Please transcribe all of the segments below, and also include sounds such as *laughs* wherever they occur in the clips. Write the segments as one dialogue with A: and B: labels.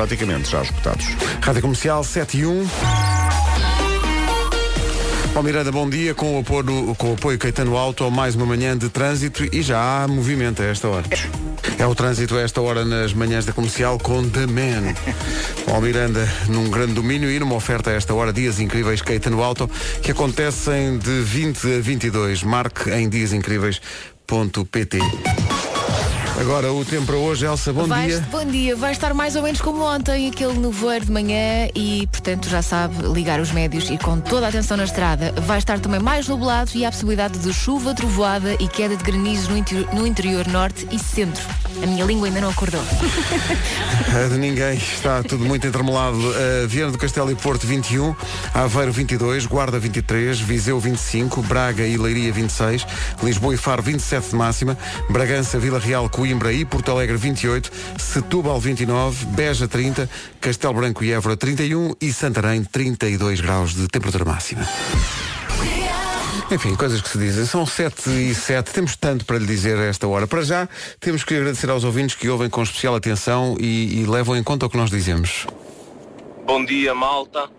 A: praticamente já esgotados.
B: Rádio Comercial 7 e 1. Paulo Miranda, bom dia. Com o, apoio, com o apoio Caetano Auto, mais uma manhã de trânsito e já há movimento a esta hora. É o trânsito a esta hora nas manhãs da comercial com The Man. Paulo Miranda num grande domínio e numa oferta a esta hora, Dias Incríveis Caetano Auto, que acontecem de 20 a 22. Marque em diasincríveis.pt. Agora o tempo para hoje, Elsa, bom
C: Vais-
B: dia.
C: Bom dia. Vai estar mais ou menos como ontem, aquele nevoeiro de manhã e, portanto, já sabe ligar os médios e com toda a atenção na estrada. Vai estar também mais nublado e há possibilidade de chuva, trovoada e queda de granizo no, interi- no interior norte e centro. A minha língua ainda não acordou.
B: A *laughs* de ninguém está tudo muito entremelado. Uh, Viana do Castelo e Porto 21, Aveiro 22, Guarda 23, Viseu 25, Braga e Leiria 26, Lisboa e Faro 27 de máxima, Bragança, Vila Real, Coimbra e Porto Alegre 28, Setúbal 29, Beja 30, Castelo Branco e Évora 31 e Santarém 32 graus de temperatura máxima. Enfim, coisas que se dizem. São 7 e 7. Temos tanto para lhe dizer a esta hora. Para já, temos que agradecer aos ouvintes que ouvem com especial atenção e, e levam em conta o que nós dizemos.
D: Bom dia, malta.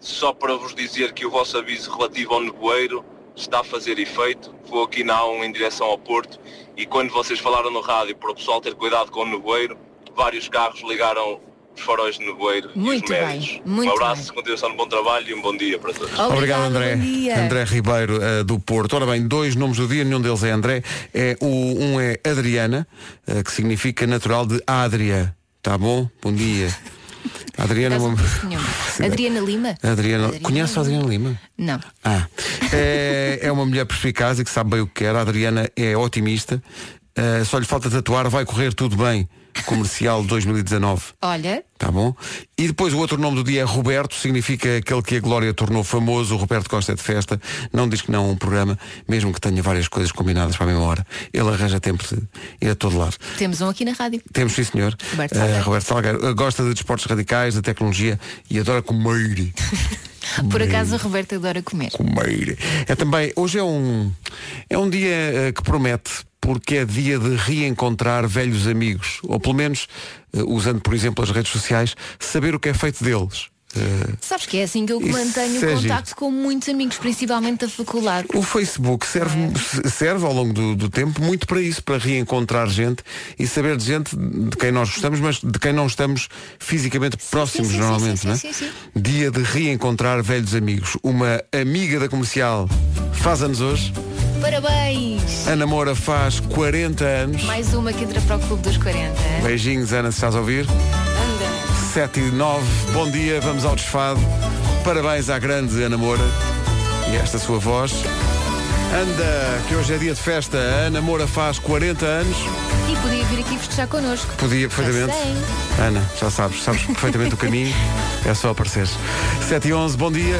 D: Só para vos dizer que o vosso aviso relativo ao nevoeiro está a fazer efeito. Vou aqui na A1 em direção ao Porto e quando vocês falaram no rádio para o pessoal ter cuidado com o nevoeiro, vários carros ligaram os faróis de nevoeiro e
C: Muito
D: os
C: bem,
D: médios.
C: muito Oh.
D: um abraço, continuação de bom trabalho e um bom dia para todos.
C: Obrigada,
B: André.
C: Bom dia.
B: André Ribeiro, eh, do Porto. Ora bem, dois nomes do dia, nenhum deles é André. É, o, um é Adriana, eh, que significa natural de Adria. Tá bom? Bom dia. Adriana, é
C: Caso
B: uma...
C: não fosse nenhuma. Adriana Lima?
B: Adriana...
C: Adriana
B: Conhece a Adriana Lima?
C: Não.
B: Ah, é, é uma mulher perspicaz e que sabe bem o que quer. A Adriana é otimista. Ah, só lhe falta tatuar, vai correr tudo bem. Comercial 2019.
C: Olha,
B: Tá bom? E depois o outro nome do dia é Roberto, significa aquele que a Glória tornou famoso, o Roberto Costa é de Festa. Não diz que não a um programa, mesmo que tenha várias coisas combinadas para a mesma hora. Ele arranja tempo de ir a todo lado.
C: temos um aqui na rádio.
B: Temos sim, senhor.
C: Roberto
B: Ah,
C: Salgueiro.
B: Roberto Salgueiro. Ah, Gosta de desportos radicais, da tecnologia e adora comer. *laughs*
C: Por acaso, a Roberta adora comer.
B: Comeira. É também, hoje é um, é um dia eh, que promete, porque é dia de reencontrar velhos amigos, ou pelo menos, eh, usando por exemplo as redes sociais, saber o que é feito deles. Eh,
C: Sabes que é assim que eu
B: Isso
C: mantenho
B: é giro.
C: contacto com muitos amigos, principalmente da faculdade.
B: o Facebook serve,
C: É.
B: serve ao longo do, do tempo muito para isso, para reencontrar gente e saber de gente de quem nós gostamos, mas de quem não estamos fisicamente próximos
C: sim, sim,
B: normalmente.
C: sim,
B: não é?
C: sim, sim,
B: Dia de reencontrar velhos amigos. Uma amiga da comercial faz anos hoje.
C: Parabéns!
B: Ana Moura faz 40 anos.
C: Mais uma que entra para o Clube dos 40. hein?
B: Beijinhos, Ana, se estás a ouvir.
C: Anda.
B: 7 e 9, bom dia, vamos ao desfado. Parabéns à grande Ana Moura e esta sua voz. Anda, que hoje é dia de festa. A Ana Moura faz 40 anos.
C: E podia vir aqui festejar connosco. Assim.
B: Podia perfeitamente.
C: sei.
B: Ana, já sabes, sabes perfeitamente o caminho. É só aparecer. 7 e 11, bom dia.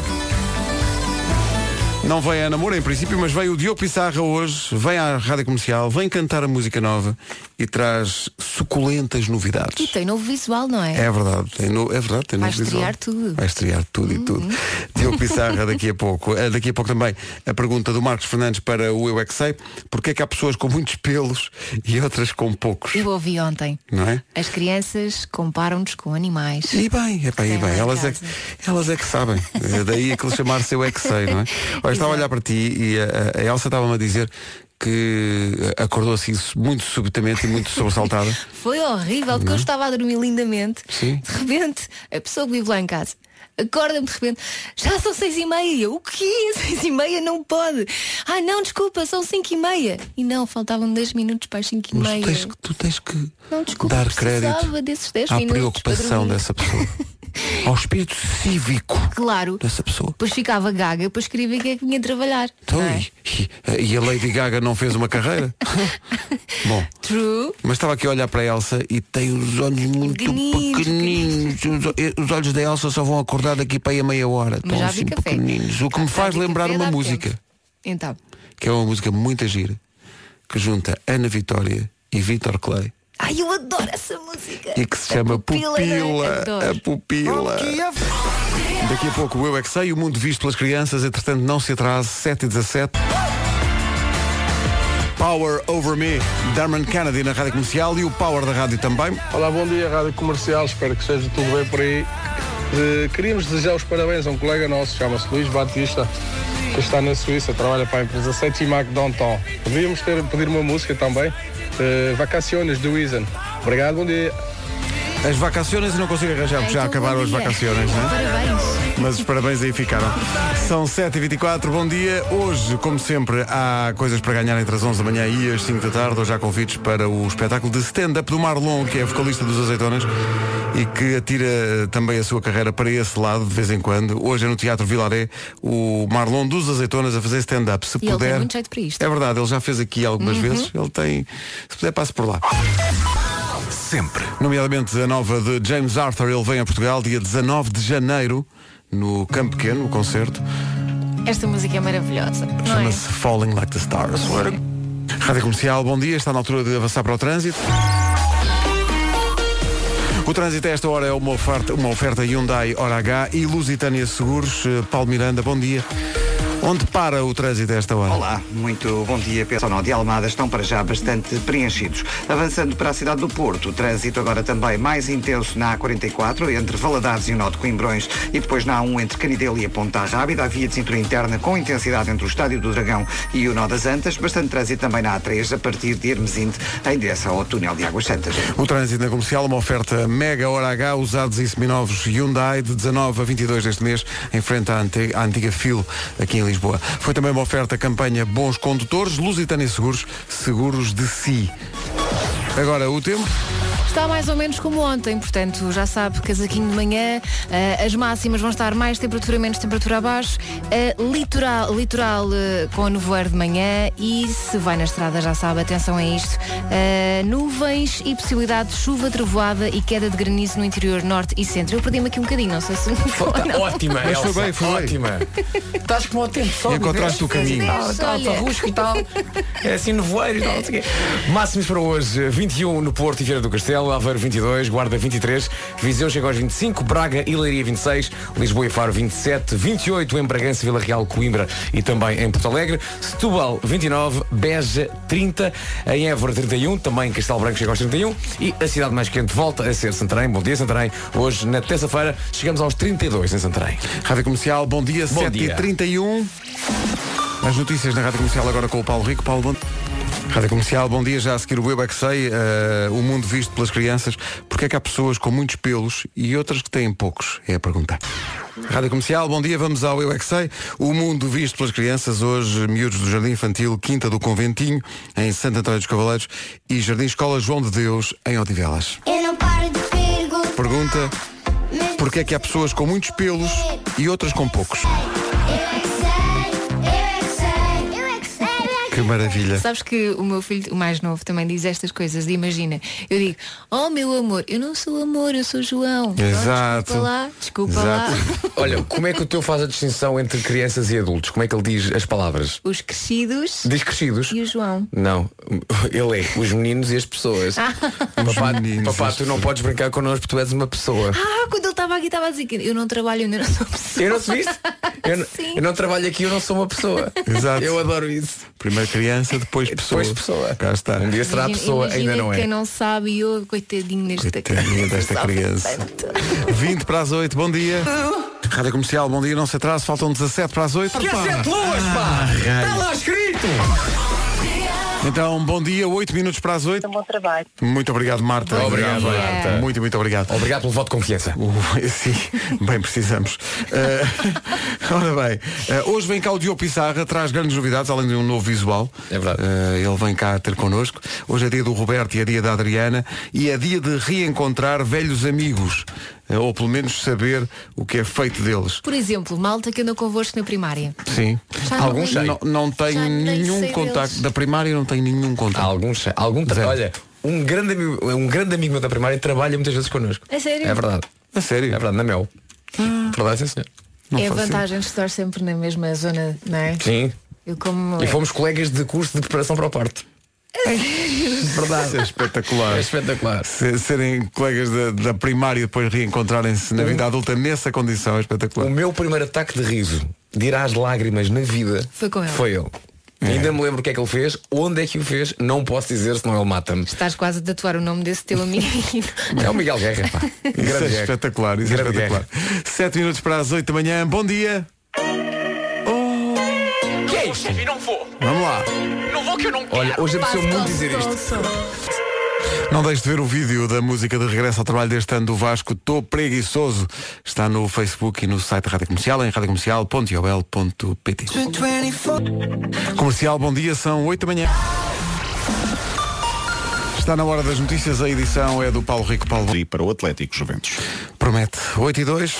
B: Não vem a Ana Moura em princípio, mas vem o Diogo Pissarra hoje, vem à Rádio Comercial, vem cantar a música nova e traz suculentas novidades.
C: E tem novo visual, não é?
B: É verdade, tem no, é verdade, tem
C: Vai
B: novo visual.
C: estrear tudo. Uhum.
B: Vai estrear tudo e tudo. Diogo Pissarra daqui a pouco. Eh, Daqui a pouco também a pergunta do Marcos Fernandes para o Eu é que sei, porque é que há pessoas com muitos pelos e outras com poucos,
C: Eu ouvi ontem.
B: não é?
C: As crianças comparam-nos com animais.
B: E bem, é bem, e
C: Tem lá
B: bem.
C: em
B: Elas é, que,
C: casa.
B: elas é que sabem. Eh, Daí aquilo chamar-se eu é que sei, não é? Olha, estava a olhar para ti e a, a- a Elsa estava-me a dizer que acordou assim muito subitamente e muito sobressaltada.
C: Foi horrível, porque eu estava a dormir lindamente.
B: Uhum. Sim.
C: De repente, a pessoa que vive lá em casa acorda-me de repente. Já são seis e meia. O quê? *laughs* Seis e meia não pode. Ah, não, desculpa, são cinco e meia. E não, faltavam dez minutos para as cinco e
B: Mas
C: meia.
B: tu tens, que- tu tens que
C: Não, desculpa,
B: dar
C: precisava
B: crédito
C: desses 10
B: à
C: minutos
B: preocupação
C: para dormir.
B: dessa
C: *laughs*
B: pessoa. ao espírito cívico
C: Claro.
B: dessa pessoa.
C: Depois ficava gaga, depois queria ver quem é que vinha trabalhar.
B: Então,
C: não é?
B: e, e a Lady Gaga não fez uma
C: *laughs*
B: carreira? Bom,
C: True.
B: mas estava aqui a olhar para a Elsa e tem os olhos muito
C: Pequeninos,
B: pequeninos. Os, o- eh, os olhos da Elsa só vão acordar daqui para aí a meia hora.
C: Mas
B: Estão
C: já
B: assim
C: vi café.
B: pequeninos. O que me
C: Já
B: faz
C: vi café,
B: lembrar uma
C: dá
B: música,
C: tempo. Então,
B: que é uma música muito gira, que junta Ana Vitória e Vitor Clay.
C: ai, eu adoro essa música.
B: E que se chama
C: A
B: Pupila.
C: não é?
B: a
C: Adoro.
B: pupila. Daqui a pouco o Eu É Que Sei, o mundo visto pelas crianças, entretanto não se atrase, 7 e 17. Power Over Me, Darman Kennedy na Rádio Comercial e o Power da Rádio também.
A: Olá, bom dia, Rádio Comercial. Ah, Espero que seja tudo bem por aí. Eh, queríamos desejar os parabéns a um colega nosso, chama-se Luís Batista, que está na Suíça, trabalha para a empresa Setimac Downtown. Podíamos ter pedir uma música também, eh, Vacaciones do Wizen. Obrigado, bom dia.
B: As vacaciones eu não consigo arranjar, porque já
C: Então,
B: acabaram
C: bom
B: as
C: dia.
B: vacaciones, não é?
C: Parabéns.
B: Mas os parabéns aí ficaram. São 7h24, bom dia. Hoje, como sempre, há coisas para ganhar entre as 11 da manhã e as 5 da tarde. Hoje há convites para o espetáculo de stand-up do Marlon, que é vocalista dos Azeitonas e que atira eh, também a sua carreira para esse lado de vez em quando. Hoje é no Teatro Vilaré, o Marlon dos Azeitonas a fazer stand-up. Se
C: E ele
B: puder.
C: tem muito jeito para isto. Uhum.
B: É verdade, ele já fez aqui algumas vezes. Ele tem. Se puder, passe por lá.
E: Sempre.
B: Nomeadamente a nova de James Arthur, ele vem a Portugal dia 19 de janeiro, no Campo Pequeno, o concerto.
C: Esta música é maravilhosa. Não é?
B: Chama-se Falling Like the Stars. Rádio Comercial, bom dia. Está na altura de avançar para o trânsito. O trânsito a esta hora é uma oferta, uma oferta Hyundai Hora H e Lusitânia Seguros. Eh, Paulo Miranda, bom dia. Onde para o trânsito a esta hora?
F: Olá, muito bom dia. Pessoal de Almada estão para já bastante preenchidos. Avançando para a cidade do Porto, o trânsito agora também mais intenso na A44, entre Valadares e o Nó de Coimbrões, e depois na A1 entre Canidelo e a Ponta Rábida, a via de cintura interna com intensidade entre o Estádio do Dragão e o Nó das Antas, bastante trânsito também na A3, a partir de Hermesinde, em direção ao túnel de Águas Santas.
B: O trânsito na comercial, uma oferta mega hora H, usados e seminovos Hyundai de 19 a 22 deste mês, em frente à, ante- à antiga FIL, aqui em Lisboa. Foi também uma oferta campanha Bons Condutores, Lusitânia Seguros, seguros de si. Agora o tempo.
C: Está mais ou menos como ontem, portanto, já sabe, casaquinho de manhã, eh, as máximas vão estar mais temperatura, menos temperatura abaixo, eh, litoral, litoral eh, com nevoeiro de manhã e se vai na estrada, já sabe, atenção a isto, eh, nuvens e possibilidade de chuva trovoada e queda de granizo no interior norte e centro. Eu perdi-me aqui um bocadinho, não sei se me ficou ou
B: tá.
C: não.
G: Ótima,
B: Mas foi
G: Elsa,
B: bem, foi bem. *laughs*
G: ótima. Estás como ao tempo, só
B: Encontraste o caminho.
G: Está
C: Olha.
G: farrusco e tal. É assim nevoeiro e tal. não sei o quê. Máximos para hoje, 21 no Porto e Vieira do Castelo, Aveiro 22, Guarda 23, Viseu chega aos 25, Braga e Leiria 26, Lisboa e Faro 27, 28 em Bragança, Vila Real, Coimbra e também em Porto Alegre, Setúbal 29, Beja 30, em Évora 31, também Castelo Branco chega aos 31 e a cidade mais quente volta a ser Santarém. Bom dia Santarém, hoje na terça-feira chegamos aos 32 em Santarém.
B: Rádio Comercial, bom dia,
G: Bom dia.
B: 7h31. As notícias na Rádio Comercial agora com o Paulo Rico. Paulo, bom Rádio Comercial, bom dia. Já a seguir o Eu É Que Sei, eh, o mundo visto pelas crianças. Porque é que há pessoas com muitos pelos e outras que têm poucos? É a pergunta. Rádio Comercial, bom dia. Vamos ao Eu É Que Sei, o mundo visto pelas crianças. Hoje, miúdos do Jardim Infantil Quinta do Conventinho, em Santo António dos Cavaleiros e Jardim Escola João de Deus, em Odivelas.
H: Eu não paro de perguntar.
B: Pergunta,
H: mas
B: porque é que há pessoas com muitos pelos e outras com poucos?
H: Eu é que sei, eu é que sei, eu é que sei. eu é
B: Que maravilha.
C: *laughs* Sabes que o meu filho, o mais novo, também diz estas coisas. E imagina, eu digo, oh meu amor, eu não sou amor, eu sou João. Pronto,
B: Exato.
C: Desculpa lá, desculpa
B: Exato.
C: lá.
G: Olha, como é que o teu faz a distinção entre crianças e adultos? Como é que ele diz as palavras?
C: Os crescidos
G: Diz crescidos?
C: e
G: *laughs*
C: o João.
G: Não, ele é os meninos e as pessoas.
C: Ah.
G: papá,
B: meninos e
G: papá,
B: as
G: tu não podes brincar connosco, tu és uma pessoa.
C: Ah, quando ele estava aqui estava a dizer que eu não trabalho, eu não sou pessoa.
G: Eu não se viste? Eu, não-
C: Sim.
G: eu não trabalho aqui, eu não sou uma pessoa.
B: Exato.
G: Eu adoro isso.
B: Primeiro criança, depois pessoa.
G: Depois pessoa.
B: Cá está.
G: Um dia será a
C: Imagina-
G: pessoa,
C: imagina
G: ainda não
C: Quem
G: é.
C: não sabe e eu, coitadinho nesta
B: Coitadinha desta
C: sabe
B: criança.
C: tanto.
B: 20 para as 8, bom dia. Rádio Comercial, bom dia, não se atrase, faltam 17 para Ah, as 8. Opa!
G: luas, pá! Está lá escrito!
B: Então, bom dia, 8 minutos para as 8.
I: É um bom trabalho.
B: Muito obrigado, Marta.
G: Obrigado,
B: Muito,
G: Marta.
B: Muito, muito obrigado.
G: Obrigado pelo voto de confiança.
B: Uh, *laughs* Sim, bem precisamos. Eh, *laughs* ora bem, eh, hoje vem cá o Diogo Pissarra, traz grandes novidades, além de um novo visual.
G: É verdade.
B: Eh, ele vem cá ter connosco. Hoje é dia do Roberto e é dia da Adriana e é dia de reencontrar velhos amigos. eh, ou pelo menos saber o que é feito deles.
C: Por exemplo, malta que andou convosco na primária.
B: Sim.
C: Já não
G: Alguns
C: lembro.
B: Não, não tenho
C: Já nem
B: nenhum
C: sei
B: contacto.
C: deles.
B: Da primária não tenho nenhum
G: Há
B: contacto.
G: alguns, algum tra-
B: Zero.
G: Olha, um grande, amigo, um grande amigo meu da primária trabalha muitas vezes connosco.
C: É sério? Ah.
G: É verdade.
B: A sério?
G: É verdade, na Mel. Verdade, sim, senhor.
B: Não
C: é a
B: faço assim.
C: vantagem de estar sempre na mesma zona, não é?
G: Sim.
C: Eu como.
G: E fomos colegas de curso de preparação para o parto.
C: É
B: ideia. Isso é espetacular.
G: É espetacular.
B: Se- serem colegas da, da primária e depois reencontrarem-se na vida adulta nessa condição é
G: O
B: espetacular.
G: meu primeiro ataque de riso, de ir às lágrimas na vida,
C: Foi com ele.
G: Foi ele. Ainda me lembro o que é que ele fez, onde é que o fez, não posso dizer, senão ele mata-me.
C: Estás quase a tatuar o nome desse teu amigo.
G: *laughs* É o Miguel Guerra, pá.
B: *laughs* Isso
G: Grande
B: é
G: Guerra.
B: espetacular, isso é
G: Grande
B: espetacular. Sete minutos para as oito da manhã, bom dia.
G: Que é isto?
B: Vamos lá.
G: Olha, hoje apeteceu muito dizer isto.
B: Não deixe de ver o vídeo da música de regresso ao trabalho deste ano do Vasco, Tô Preguiçoso. Está no Facebook e no site da Rádio Comercial, em radiocomercial.iobel.pt Comercial, bom dia, são 8 da manhã. Está na hora das notícias, a edição é do Paulo Rico Paulo.
E: E para o Atlético Juventus.
B: Promete. 8 e 2.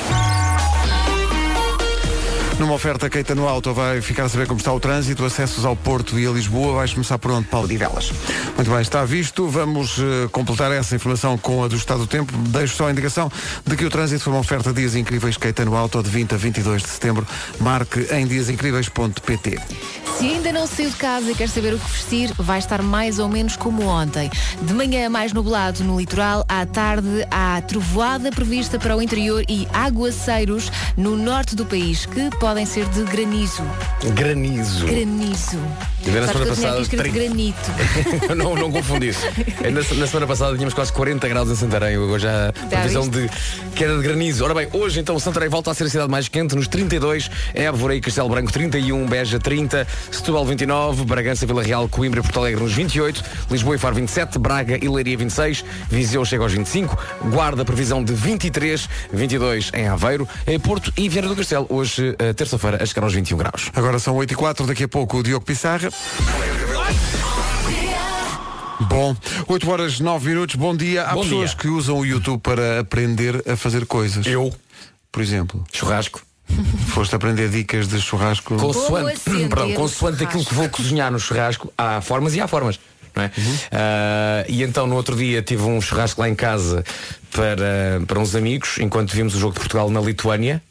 B: Numa oferta Keita no Auto vai ficar a saber como está o trânsito, acessos ao Porto e a Lisboa. Vais começar por onde, Paulo?
F: Odivelas.
B: Muito bem, está visto. Vamos eh, completar essa informação com a do estado do tempo. Deixo só a indicação de que o trânsito foi uma oferta Dias Incríveis Keita no Auto de 20 a 22 de setembro. Marque em diasincríveis.pt.
C: Se ainda não saiu de casa e quer saber o que vestir, vai estar mais ou menos como ontem. De manhã, mais nublado no litoral, à tarde, há trovoada prevista para o interior e aguaceiros no norte do país, que podem ser de granizo.
G: Granizo.
C: Granizo.
G: Eu vi na semana
C: Sabes que eu tinha
G: passada,
C: aqui escrito
G: trin-
C: granito.
G: *laughs* não, não confundi isso. É, Na, na semana passada tínhamos quase 40 graus em Santarém, hoje há previsão de queda de granizo. Ora bem, hoje então Santarém volta a ser a cidade mais quente, nos 32, Évora e Castelo Branco 31, Beja 30, Setúbal 29, Bragança, Vila Real, Coimbra e Porto Alegre nos 28, Lisboa e Faro 27, Braga e Leiria 26, Viseu chega aos 25, Guarda previsão de 23, 22 em Aveiro, em Porto e Vieira do Castelo, hoje eh, terça-feira a chegar aos 21 graus.
B: Agora são 8 e 4, daqui a pouco o Diogo Pissarra. Bom, 8 horas 9 minutos, bom dia. Há
G: Bom
B: pessoas
G: dia.
B: que usam o YouTube para aprender a fazer coisas.
G: Eu,
B: Por exemplo,
G: churrasco.
B: foste aprender dicas de churrasco.
C: Como
G: consoante,
C: acender
G: perdão,
C: o
G: consoante aquilo que vou cozinhar no churrasco, há formas e há formas. Não é? Ah, e então no outro dia tive um churrasco lá em casa para, para uns amigos, enquanto vimos o jogo de Portugal na Lituânia.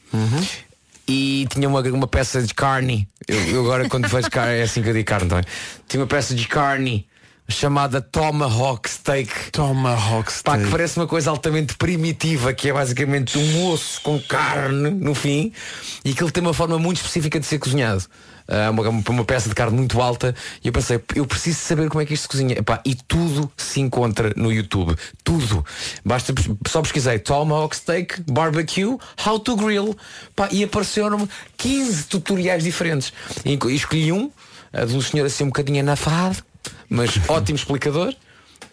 G: E tinha uma, uma peça de carne. Eu, eu agora quando vejo carne é assim que eu digo carne também. Tinha uma peça de carne chamada Tomahawk Steak.
B: Tomahawk
G: Pá, que
B: steak.
G: parece uma coisa altamente primitiva, que é basicamente um osso com carne no fim, e que ele tem uma forma muito específica de ser cozinhado. Ah, uma, uma peça de carne muito alta e eu pensei, eu preciso saber como é que isto se cozinha Epá, e tudo se encontra no YouTube tudo, basta só pesquisei Tomahawk Steak, Barbecue How to Grill Pá, e apareceram-me 15 tutoriais diferentes e enco- escolhi um, ah, de um senhor assim um bocadinho anafado mas ótimo explicador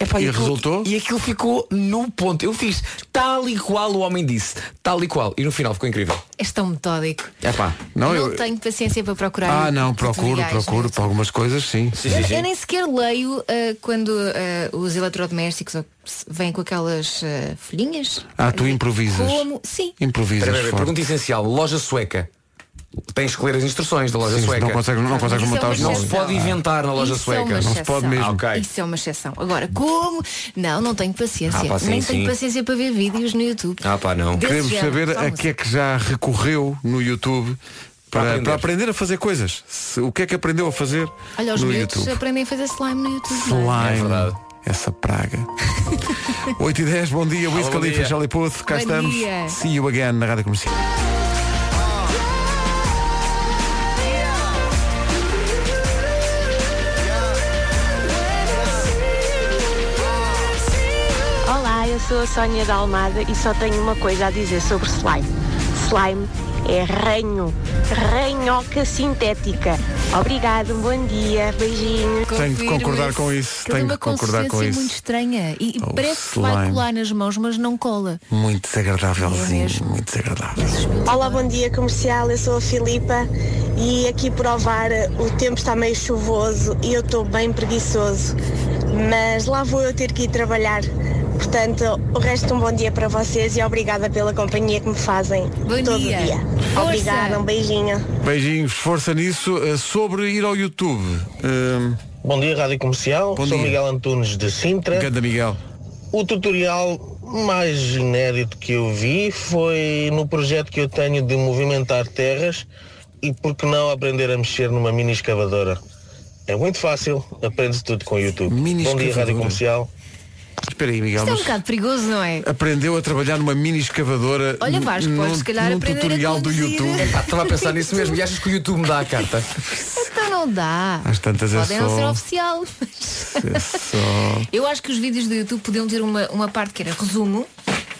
G: Epá,
B: E
G: aquilo-
B: resultou?
G: e aquilo ficou no ponto. Eu fiz tal e qual o homem disse. Tal e qual. E no final ficou incrível.
C: És tão metódico.
G: É pá.
B: Não,
C: Não,
B: eu-
C: tenho paciência para procurar.
B: Ah, não, procuro,
C: tutoriais,
B: procuro,
C: né?
B: para algumas coisas, sim.
C: Eu, eu nem sequer leio ah, quando ah, os eletrodomésticos ah, se- vêm com aquelas ah, folhinhas.
B: Ah, tu improvisas.
C: Como? Sim.
B: Improvisas. forte.
G: Pergunta essencial. Loja sueca. Tens que ler as instruções da loja
B: Sim,
G: sueca.
B: não consegues, não consegues
C: Isso é
B: montar
C: uma
B: os
G: Não
B: nomes.
G: se pode inventar na loja
C: Isso é
G: sueca.
C: uma
B: Não se
C: exceção.
B: pode mesmo.
G: Ah, ok.
C: Isso é uma exceção. Agora, como? Não, não tenho paciência.
G: Ah, pá, sim,
C: nem
G: sim.
C: tenho paciência para ver vídeos no YouTube.
G: Ah, pá, não.
C: Desse
B: Queremos
C: género,
B: saber
C: só
B: a
C: música.
B: que é que já recorreu no YouTube para, para
G: aprender.
B: aprender. a fazer coisas. Se- o que é que aprendeu a fazer
C: Olha, os
B: no
C: miúdos
B: YouTube?
C: aprendem a fazer slime no YouTube. não é?
B: Slime.
G: É verdade.
B: Essa praga. *laughs* 8 e 10, bom dia, Wiz
G: bom
B: Khalifa,
G: dia.
B: Charlie Puth, cá
C: Bom
B: estamos.
C: dia.
B: See you again na Rádio Comercial.
I: Olá, eu sou a Sónia da Almada e só tenho uma coisa a dizer sobre slime. Slime é ranho, ranhoca sintética. Obrigado, bom dia, beijinhos.
B: Tenho de
C: Confirmo
B: concordar
C: esse-
B: com isso,
C: Ele tem
B: tenho
C: uma
B: de concordar com
C: consistência
B: isso.
C: muito estranha e e
B: Oh,
C: parece que vai
B: slime.
C: colar nas mãos, mas não cola.
B: Muito
C: É
B: desagradávelzinho,
C: mesmo.
B: muito desagradável.
J: Olá, bom dia comercial. Eu sou a Filipa e aqui por Ovar o tempo está meio chuvoso e eu estou bem preguiçoso, mas lá vou eu ter que ir trabalhar. Portanto, o resto de um bom dia para vocês e obrigada pela companhia que me fazem
C: Bom
J: todo
C: dia.
J: o dia.
C: Força.
J: Obrigada, um beijinho.
B: Beijinhos, força nisso. Uh, sobre ir ao YouTube, hum,
K: Bom dia, Rádio Comercial.
B: Bom
K: Sou
B: dia.
K: Miguel Antunes de Sintra.
B: Ganda Miguel.
K: O tutorial mais inédito que eu vi foi no projeto que eu tenho de movimentar terras e por que não aprender a mexer numa mini escavadora. É muito fácil, aprende tudo com o YouTube.
B: Mini
K: Bom dia,
B: escavadora.
K: Rádio Comercial.
B: Espera aí, Miguel.
C: Isto é um
B: mas
C: bocado perigoso, não é?
B: Aprendeu a trabalhar numa mini escavadora
C: Olha,
B: num-
C: Vasco, podes, se calhar,
B: num
C: aprender a
B: tutorial do
C: *laughs* conduzir.
B: YouTube.
G: Pá, Estava a pensar nisso mesmo. E achas que o YouTube me dá a carta?
C: Então não não dá.
B: Às tantas é
C: Podem não
B: só-
C: ser oficial.
B: É só-
C: Eu acho que os vídeos do YouTube podiam ter uma, uma parte que era resumo,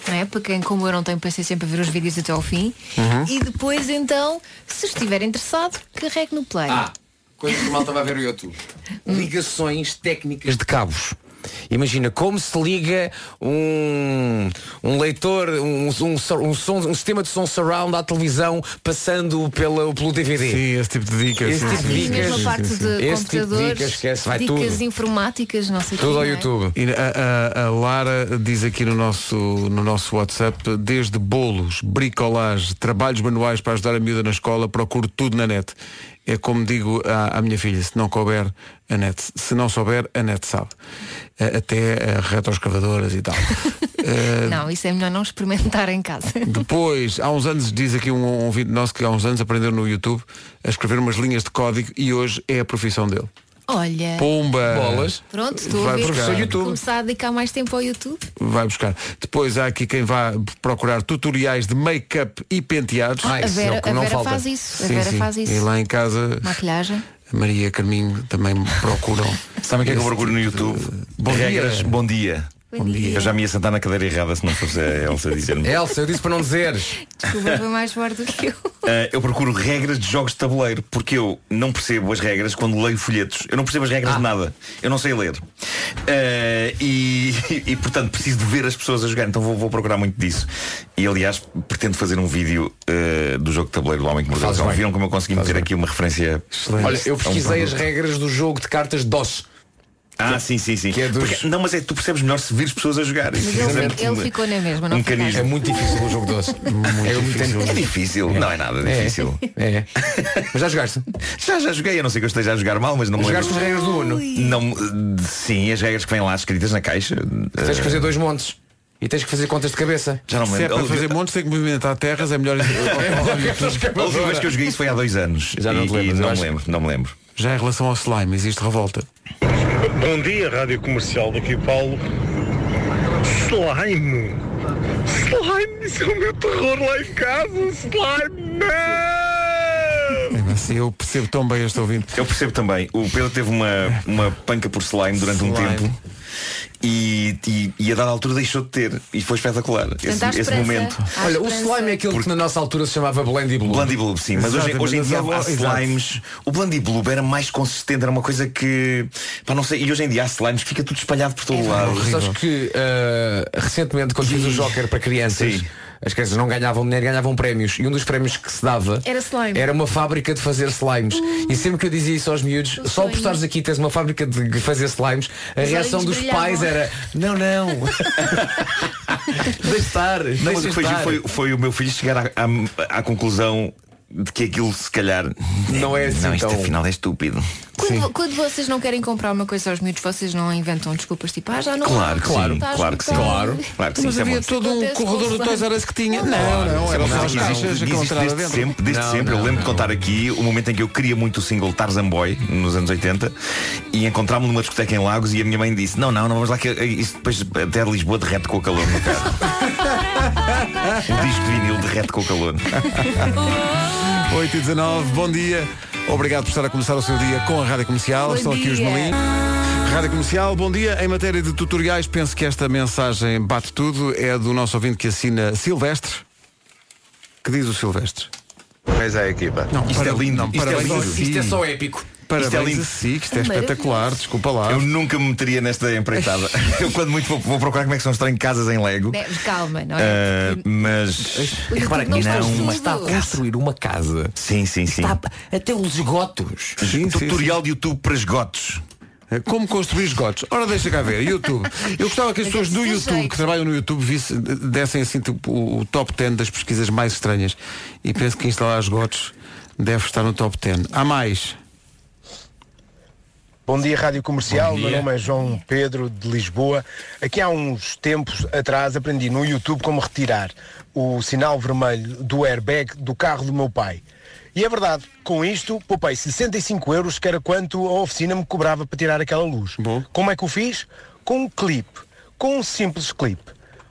C: não é? Para quem, como eu, não tenho paciência para ver os vídeos até ao fim.
G: Uhum.
C: E depois, então, se estiver interessado, carregue no play.
G: Ah, coisas que mal estava a ver o YouTube. Ligações técnicas Hum. de cabos. Imagina como se liga um, um leitor, um, um, sur- um som- um sistema de som surround à televisão passando pela, pelo DVD.
B: Sim, esse tipo de dicas.
G: Esse
C: Ah,
G: tipo de
C: e
G: dicas.
C: mesmo a parte de
G: Esse tipo
C: computadores,
G: de dicas, esquece, vai
C: dicas
B: tudo.
C: informáticas, não sei o quê, não é?
B: E a, a- a Lara diz aqui no nosso, no nosso WhatsApp, desde bolos, bricolage, trabalhos manuais para ajudar a miúda na escola, procuro tudo na net. É como digo à, à minha filha, se não couber, a net. Se não souber, a net sabe. Eh, Até eh, retroescavadoras
C: *laughs*
B: e tal. Eh,
C: Não, isso é melhor não experimentar
G: *laughs*
C: em casa.
B: Depois, há uns anos, diz aqui um, um ouvinte nosso que há uns anos aprendeu no YouTube a escrever umas linhas de código e hoje é a profissão dele.
C: Olha.
B: Pumba!
C: Pronto, estou a
B: Vai
C: ver.
B: buscar.
C: Começar a dedicar mais tempo ao YouTube.
B: Vai buscar. Depois há aqui quem vai procurar tutoriais de make-up e penteados.
C: Ah, A isso é Vera- o que a não Vera falta. faz isso. A
B: Sim,
C: Vera
B: sim.
C: faz isso.
B: E lá em casa
C: Maquilhagem.
B: a Maria e a Carminho também procuram.
L: Sabem o que é que eu
B: Esse
L: procuro no YouTube? Bom
B: dia.
L: Regras, bom dia.
C: Bom dia.
L: Eu já me ia sentar na cadeira errada se não fosse a Elsa dizer-me.
G: *laughs* Elsa, eu disse para não dizeres.
C: Desculpa, foi mais forte do que eu.
L: Ah, eu procuro regras de jogos de
M: *laughs*
L: tabuleiro porque eu não percebo as regras quando leio folhetos. Eu não percebo as
C: Ah.
L: regras de nada. Eu não sei ler. Ah, e, *laughs* e, portanto preciso de ver as pessoas a jogar. Então vou, vou procurar muito disso. E aliás pretendo fazer um vídeo ah, do jogo de tabuleiro do Homem que Mordeu. o
G: Fazes
L: Cão.
G: bem.
L: Viram como eu consegui meter aqui uma referência?
G: Olha,
B: É
G: eu
L: a um
G: pesquisei as
L: produto.
G: regras do jogo de cartas DOS.
L: Ah, sim, sim, sim. Porque- não, mas é que tu percebes melhor se vires pessoas a jogar.
C: Mas
L: Isso é
C: ele,
L: muito-
C: ele ficou na mesma,
G: Um
C: não ficaste.
L: É muito difícil o jogo doce. é, difícil. é difícil. Não é nada difícil.
G: É. Mas já jogaste?
L: Já, já joguei. Eu não sei que eu esteja a jogar mal, mas não me lembro.
G: Jogaste as regras um do Uno.
L: Não, eh, sim, as regras que vêm lá escritas na caixa.
G: Tens que fazer dois montes. E tens que fazer contas de cabeça.
L: Já não me
B: Se é
L: lembro.
B: para
L: Ouvi-
B: fazer montes, tem que movimentar terras, é melhor.
L: A última vez que eu joguei isso foi há dois
B: *laughs*
L: anos.
B: Já não
L: e,
B: te lembras, eu
L: e não me
B: acho.
L: lembro, não me lembro.
B: Já em relação ao slime, existe revolta.
N: Bom dia, Rádio Comercial daqui Paulo. Slime! Slime, isso é o meu terror lá em casa! Slime!
B: Mesmo assim, eu percebo tão bem este ouvinte.
L: Eu percebo também. O Pedro teve uma, uma panca por slime durante um
B: Slime.
L: tempo. E, e, e a dada altura deixou de ter e foi espetacular esse,
G: há
L: esse
G: esperança.
L: momento.
G: Há Olha, o slime é aquele que na nossa altura se chamava Blendy Blue.
L: Blandy Blue, sim, mas hoje, hoje em dia é há slimes. O Blandy Blue era mais consistente, era uma coisa que. Pá, não sei, e hoje em dia há slimes que fica tudo espalhado por todo o lado.
G: Sabes que ah, recentemente quando fiz o Joker para crianças, as crianças não ganhavam dinheiro, ganhavam prémios. E um dos prémios que se dava
C: Era slime.
G: era uma fábrica de fazer slimes. E sempre que eu dizia isso aos miúdos, só por estares aqui tens uma fábrica de fazer slimes, a
L: Os
G: reação
L: olhinhos
G: dos
L: brilhavam.
G: pais era não, não. Deixe estar.
L: Não, mas
G: deixa
L: o que foi, giro
G: estar.
L: foi, foi o meu filho chegar à, à- à conclusão de que aquilo se calhar não é assim. Não, isto afinal é estúpido.
C: Quando, vo- quando vocês não querem comprar uma coisa aos miúdos, vocês não inventam desculpas tipo, ah, já não
L: Claro que
C: está
L: sim,
C: esgotado.
L: claro que sim. Claro. Claro que sim,
B: Mas
L: isso é
B: havia
L: muito-
B: todo um
C: Acontece com
B: corredor do
C: slime.
B: Toys R Us que tinha. Não, não, era
L: Não,
B: só as
L: existe-
B: caixas que não
L: existe
B: entrava
L: desde
B: dentro.
L: sempre, desde
B: Não,
L: sempre.
B: não,
L: eu lembro de contar aqui o momento em que eu queria muito o single Tarzan Boy nos anos 80 e encontrámos numa discoteca em Lagos e a minha mãe disse não, não, não vamos lá que eh, isso depois até Lisboa derrete com o calor no carro. *laughs* o disco de vinil derrete com o calor.
B: 8 e 19, bom dia. Obrigado por estar a começar o seu dia com a Rádio Comercial.
O: Bom
B: Estão aqui os
O: dia.
B: Melim. Rádio Comercial, bom dia. Em matéria de tutoriais, penso que esta mensagem bate tudo. É do nosso ouvinte que assina Silvestre. Que diz o Silvestre?
M: Parabéns à equipa.
B: Isto é lindo,
L: isto é
B: parabéns
L: lindo.
B: a si.
L: Isto é só
G: épico.
B: Parabéns
L: Isto é lindo.
B: a si, que isto é espetacular, desculpa lá.
L: Eu nunca me meteria nesta empreitada. eu quando muito vou, vou procurar como é que são estranho casas em Lego.
C: Né, Calma, não é?
B: Eh,
L: Ah,
B: é
L: mas
C: Olha,
L: repara
C: não
L: que
C: faz
L: não,
C: tudo.
L: mas está a construir uma casa. Sim, sim, sim.
G: Até os esgotos.
L: Tutorial de YouTube para esgotos.
B: É, Como construir esgotos? Ora, deixa cá ver, YouTube. Eu gostava que as pessoas do YouTube, que trabalham no YouTube, visse, dessem assim tipo, o o top 10 das pesquisas mais estranhas. E penso que instalar esgotos deve estar no top 10. Há mais.
O: Bom dia, Rádio Comercial.
B: Bom
O: Meu
B: dia.
O: nome é João Pedro de Lisboa. Aqui há uns tempos atrás aprendi no YouTube como retirar o sinal vermelho do airbag do carro do meu pai. E é verdade, com isto poupei 65 euros, que era quanto a oficina me cobrava para tirar aquela luz. Como é que o fiz? Com um clipe, com um simples clipe.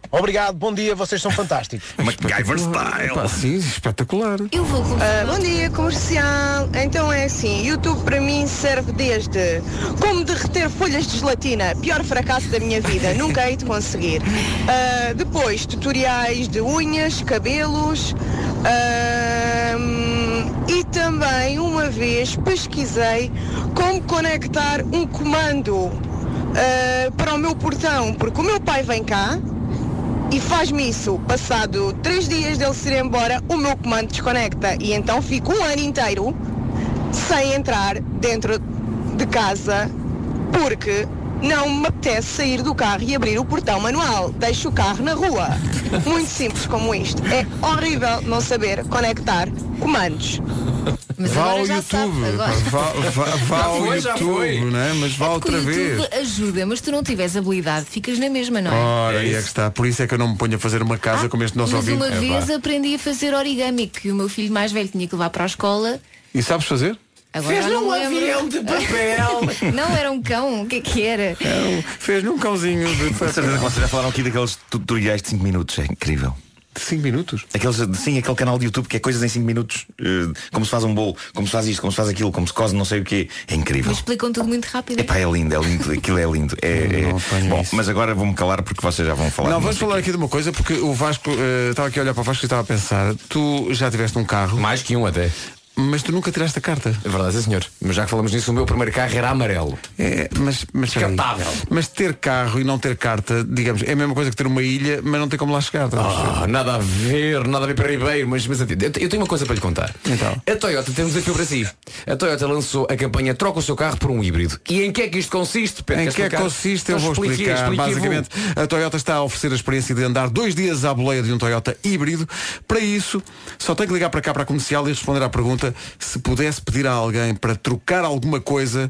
O: Obrigado, bom dia, vocês são fantásticos.
L: MacGyver
B: Style. Pá, sim, espetacular.
C: Eu vou
N: Eh,
M: Ah, bom dia, comercial. Então é assim, YouTube para mim serve desde como derreter folhas de gelatina, pior fracasso da minha vida, nunca hei de conseguir. Ah, depois, tutoriais de unhas, cabelos. ah, e também uma vez pesquisei como conectar um comando ah, para o meu portão, porque o meu pai vem cá e faz-me isso. Passado três dias dele se ir embora, o meu comando desconecta. E então fico um ano inteiro sem entrar dentro de casa porque não me apetece sair do carro e abrir o portão manual. Deixo o carro na rua. Muito simples como isto. É horrível não saber conectar comandos.
B: vá
C: agora
B: ao
C: já
B: YouTube,
C: sabe, agora.
B: pá, vá, vá, vá
L: *laughs*
C: Já
B: ao
C: foi, já
B: YouTube, né? mas vá
C: Porque
B: outra
C: o
B: vez.
C: YouTube é ajuda, mas tu não tiveres habilidade, ficas na mesma, não é? Ah,
B: Ora, aí é que está. Por isso é que eu não me ponho a fazer uma casa como este nosso
C: Mas
B: ouvinte.
C: uma
B: É,
C: vez
B: pá.
C: aprendi a fazer origami, que o meu filho mais velho tinha que levar para a escola.
B: E sabes
C: *laughs*
B: fazer?
C: Agora
N: Fez
C: eu não
N: num
C: lembro.
N: um avião de papel.
C: *laughs* não, era um cão, o que é que era?
B: Fez num um cãozinho de
L: Com certeza que vocês já falaram aqui daqueles tutoriais de 5 minutos, é incrível.
B: De 5 minutos?
L: Aqueles, sim, aquele canal de YouTube que é coisas em 5 minutos, eh, como se faz um bolo, como se faz isto, como se faz aquilo, como se cose não sei o quê. É incrível.
C: Mas explicam tudo muito rápido.
L: Epá, é lindo, é lindo, aquilo é lindo. É, é- Bom, mas agora vou-me calar porque vocês já vão falar.
B: Não, vamos falar aqui de uma coisa, porque o Vasco, eh, estava aqui a olhar para o Vasco e estava a pensar, tu já tiveste um carro.
G: Mais que um até.
B: Mas tu nunca tiraste a carta.
G: É verdade, sim, senhor. Mas já que falamos nisso, o meu primeiro carro era amarelo.
B: É, mas, mas, espera aí.
G: Descartável.
B: mas ter carro e não ter carta, digamos, é a mesma coisa que ter uma ilha, mas não tem como lá chegar. tá? estás a perceber?
G: Ah, nada a ver, nada a ver para Ribeiro, mas, mas eu te- eu tenho uma coisa para lhe contar.
B: Então.
G: A Toyota tem um desafio para si. A Toyota lançou a campanha Troca o seu carro por um híbrido. E em que é que isto consiste? Pedro?
B: Em
G: Queres
B: que é que
G: explicar?
B: consiste? Eu vou
G: Então explique,
B: explicar.
G: explique,
B: Basicamente,
G: vou.
B: a Toyota está a oferecer a experiência de andar dois dias à boleia de um Toyota híbrido. Para isso, só tem que ligar para cá para a comercial e responder à pergunta se pudesse pedir a alguém para trocar alguma coisa,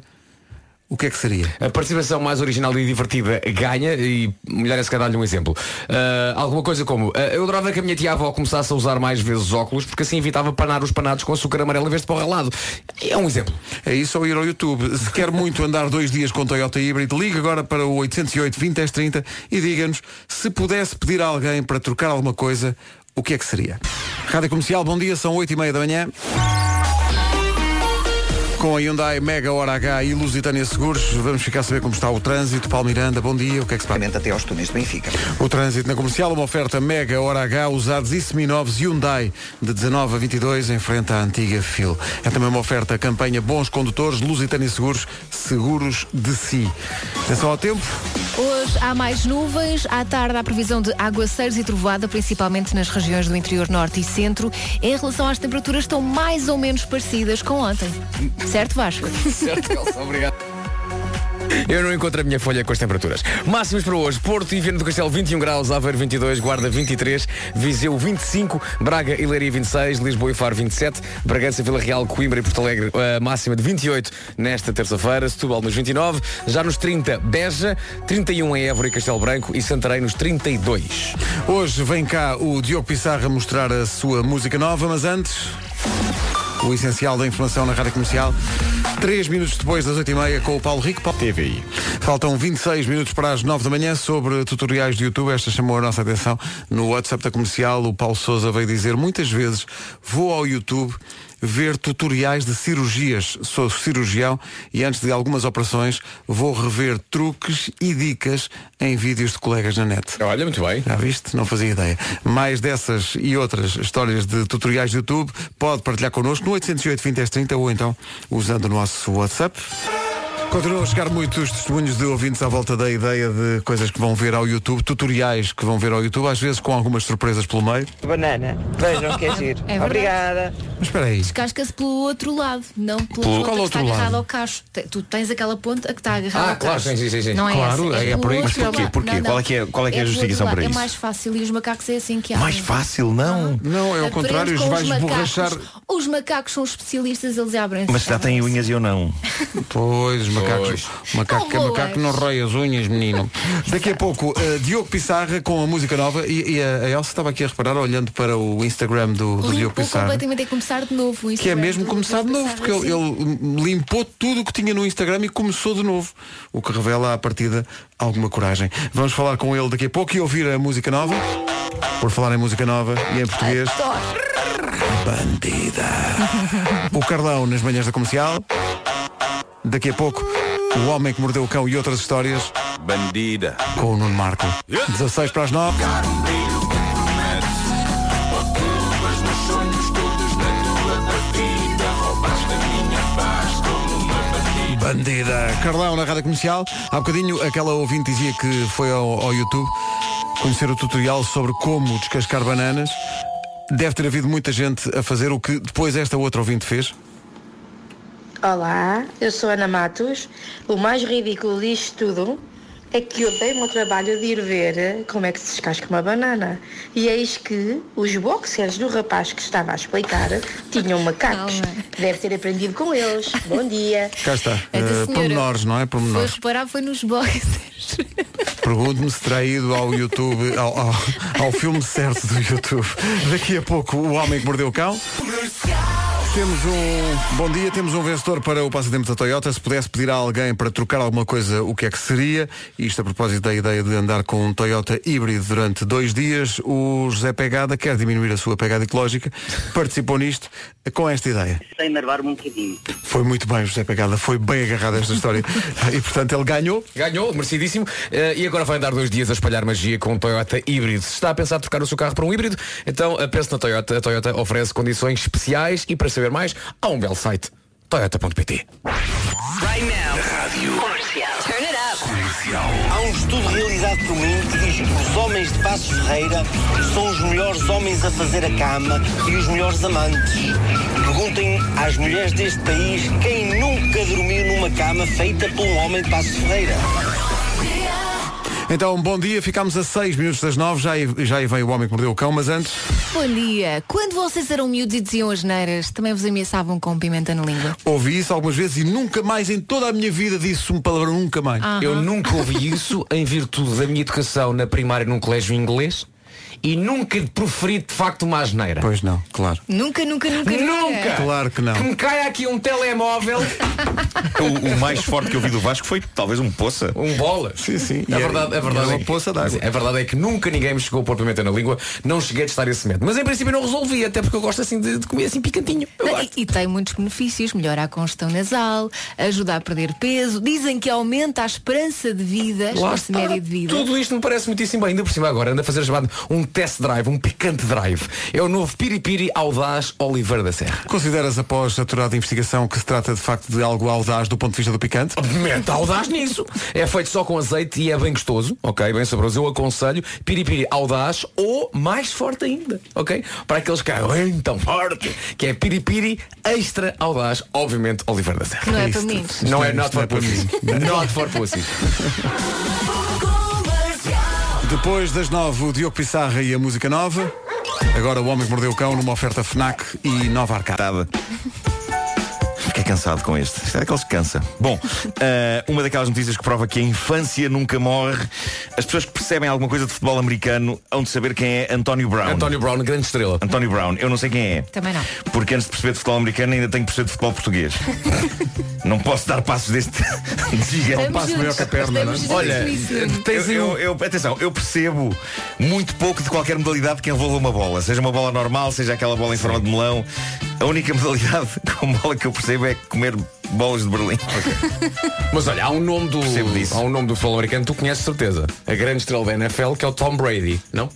B: o que é que seria?
G: A participação mais original e divertida ganha e melhor é se calhar dar-lhe um exemplo. Ah, alguma coisa como ah, eu adorava que a minha tia-avó começasse a usar mais vezes óculos porque assim evitava panar os panados com açúcar amarelo em vez de pão ralado. É um exemplo.
B: É isso ou ir ao YouTube. Se quer muito andar dois dias com Toyota híbrido, liga agora para o 808 20 10 30 e diga-nos se pudesse pedir a alguém para trocar alguma coisa, o que é que seria? Rádio Comercial, bom dia, são 8 e meia da manhã. Com a Hyundai Mega Hora H e Lusitânia Seguros, vamos ficar a saber como está o trânsito. Paulo Miranda, bom dia, o que é que se passa?
F: até aos túneis de Benfica.
B: O trânsito na comercial, uma oferta Mega Hora H, usados e seminovos Hyundai, de 19 a 22, em frente à antiga FIL. É também uma oferta campanha Bons Condutores, Lusitânia Seguros, Seguros de Si. Atenção ao tempo.
C: Hoje há mais nuvens, à tarde há previsão de aguaceiros e trovoada, principalmente nas regiões do interior norte e centro. Em relação às temperaturas, estão mais ou menos parecidas com ontem. Certo, Vasco? É
G: Certo, Elsa, obrigado. Eu não encontro a minha folha com as temperaturas. Máximas para hoje. Porto e Viana do Castelo 21 graus, Aveiro 22, Guarda 23, Viseu 25, Braga e Leiria 26, Lisboa e Faro 27, Bragança, Vila Real, Coimbra e Porto Alegre a máxima de 28 nesta terça-feira, Setúbal nos 29, já nos 30 Beja, 31 em Évora e Castelo Branco e Santarém nos 32.
B: Hoje vem cá o Diogo Pissarra mostrar a sua música nova, mas antes, o essencial da informação na Rádio Comercial. Três minutos depois das 8h30 com o Paulo Rico. Paulo... TVI. Faltam 26 minutos para as 9 da manhã sobre tutoriais de YouTube. Esta chamou a nossa atenção no WhatsApp da comercial. O Paulo Souza veio dizer muitas vezes vou ao YouTube ver tutoriais de cirurgias. Sou cirurgião e antes de algumas operações vou rever truques e dicas em vídeos de colegas na net.
G: Olha, muito bem.
B: Já viste? Não fazia ideia. Mais dessas e outras histórias de tutoriais de YouTube pode partilhar connosco no 808 20 10 30 ou então usando o nosso WhatsApp. Continuam a chegar muitos testemunhos de ouvintes à volta da ideia de coisas que vão ver ao YouTube, tutoriais que vão ver ao YouTube, às vezes com algumas surpresas pelo meio.
P: Banana. Vejam que é giro.
C: É verdade.
P: Obrigada.
B: Mas espera aí.
C: Descasca-se pelo outro lado, não pela
B: Pelo-
C: ponta
B: Qual
C: que
B: outro
C: está agarrada
B: lado?
C: ao cacho. Te- Tu tens aquela ponta que está agarrada
L: Ah,
C: ao
L: claro,
C: cacho.
L: sim, sim, sim, sim.
C: Não é
L: Claro,
C: essa,
L: é
C: pelo
L: por aí.
C: outro
L: Mas porquê?
C: lado.
L: Porquê?
C: Não, não.
L: Qual é que é- qual é que é a
C: pelo outro
L: justificação
C: lado.
L: para
C: É
L: isso?
C: mais fácil e os macacos é assim que há.
L: Mais fácil, não.
B: Não, é ao contrário, vais borrachar.
C: Os macacos são especialistas, eles abrem.
L: Mas já tem unhas e eu não.
B: Pois, macacos. Macaco que é
C: Não voas.
B: macaco, que não rói as unhas, menino. Daqui a pouco, eh, Diogo Pissarra com a música nova e, e a, a Elsa estava aqui a reparar, olhando para o Instagram do, do Diogo
C: Limpou
B: Pissarra.
C: completamente a começar de novo o
B: Que é
C: Instagram
B: mesmo
C: do
B: começar de
C: Lucas
B: novo,
C: Pissarra,
B: porque ele,
C: sim.
B: ele limpou tudo o que tinha no Instagram e começou de novo. O que revela à partida alguma coragem. Vamos falar com ele daqui a pouco e ouvir a música nova. Por falar em música nova e em
C: assim.
B: português. Bandida. O Carlão nas manhãs da comercial. Daqui a pouco, o homem que mordeu o cão e outras histórias.
E: Bandida.
B: Com o Nuno Marco. 16 para as 9. Bandida. Carlão na rádio comercial. Há bocadinho aquela ouvinte dizia que foi ao, ao YouTube conhecer o tutorial sobre como descascar bananas. Deve ter havido muita gente a fazer o que depois esta outra ouvinte fez.
Q: Olá, eu sou Ana Matos. O mais ridículo disto tudo é que eu dei o meu trabalho de ir ver como é que se descasca uma banana. E eis que os boxers do rapaz que estava a explicar tinham macacos. Deve ter aprendido com eles. Bom dia.
B: Cá está.
C: Esta
B: Eh,
C: É senhora
B: pormenores, não é?
C: Foi
B: Pormenores.
C: reparar, foi nos boxers.
B: *laughs* Pergunto-me se terá ido ao YouTube, ao, ao, ao filme certo do YouTube. Daqui a pouco, O Homem que Mordeu o Cão. Temos um bom dia, temos um vencedor para o passatempo da Toyota. Se pudesse pedir a alguém para trocar alguma coisa, o que é que seria? Isto a propósito da ideia de andar com um Toyota híbrido durante dois dias, o José Pegada quer diminuir a sua pegada ecológica. Participou nisto com esta ideia.
R: Sem enervar-me um bocadinho.
B: Foi muito bem, José Pegada, foi bem agarrado esta história. E portanto ele ganhou.
G: Ganhou, merecidíssimo. Eh, e agora vai andar dois dias a espalhar magia com um Toyota híbrido. Se está a pensar trocar o seu carro para um híbrido, então eh, pense na Toyota. A Toyota oferece condições especiais e para saber mais, há um belo site. Toyota.pt
N: Right now. Rádio. Comercial. Turn it up. Comercial.
S: Há um estudo realizado por mim que diz que os homens de Passo Ferreira são os melhores homens a fazer a cama e os melhores amantes. Perguntem às mulheres deste país quem nunca dormiu numa cama feita por um homem de Passo Ferreira.
B: Então, bom dia, ficámos a 6 minutos das 9, já, aí- já aí vem o homem que mordeu o cão, mas antes.
C: Bom dia. Quando vocês eram miúdos e diziam as neiras, também vos ameaçavam com pimenta na língua.
B: Ouvi isso algumas vezes e nunca mais em toda a minha vida disse um palavrão, nunca mais.
L: Ah.
C: Aham.
G: Eu nunca ouvi isso em virtude da minha educação na primária num colégio inglês e nunca proferi de facto uma asneira.
B: Pois não, claro.
C: Nunca, nunca, nunca,
G: Nunca!
B: Claro que não.
G: Que me caia aqui um telemóvel.
L: O, o mais forte que eu vi do Vasco foi talvez um poça.
G: Um bola.
B: Sim, sim. é-
G: A verdade, a verdade
B: uma poça
G: d'água. A verdade é que nunca ninguém me chegou a pôr pimenta na língua, não cheguei a testar esse método. Mas em princípio não resolvi, até porque eu gosto assim de, de comer assim picantinho. Eu
C: E, e tem muitos benefícios, melhora a congestão nasal, ajuda a perder peso, dizem que aumenta a esperança de vida, a
G: Lá
C: esperança
G: está.
C: média de vida.
G: Tudo isto me parece muitíssimo bem. Ainda por cima agora anda a fazer chamado um test drive, um picante drive. É o novo Piripiri Audaz Oliveira da Serra.
B: Consideras após a aturada investigação que se trata de facto de algo audaz do ponto de vista do picante?
G: Mete audaz nisso. É feito só com azeite e é bem gostoso, ok? Bem saboroso. Eu aconselho piripiri audaz ou mais forte ainda, ok? Para aqueles que "Ai, tão forte, que é piripiri extra audaz, obviamente Oliveira da Serra.
C: Não é para mim.
G: Não é not for pussies. Not for pussies.
B: Depois das 9, o Diogo Pissarra e a música nova. Agora o Homem que Mordeu o Cão numa oferta FNAC e Nova Arcada.
L: Fiquei cansado com este. Isto é daqueles que cansa. Bom, eh, uma daquelas notícias que prova que a infância nunca morre. As pessoas que percebem alguma coisa de futebol americano hão de saber quem é António Brown.
G: António Brown, grande estrela.
L: António Brown, eu não sei quem é.
C: Também não.
L: Porque antes de perceber de futebol americano ainda tenho que perceber de
B: *laughs*
L: futebol português. não posso dar passos deste. *laughs* Diga,
B: É um passo Estamos maior que a perna, juntos, não é?
L: Olha,
B: estamos juntos
L: tens eu, eu- atenção, eu percebo muito pouco de qualquer modalidade que envolva uma bola. Seja uma bola normal, seja aquela bola em forma de melão. A única modalidade *laughs* com bola que eu percebo é comer bolas de Berlim.
G: Mas olha, há um nome do. Há um nome do futebol americano que tu conheces de certeza. A grande estrela da NFL, que é o Tom Brady, não?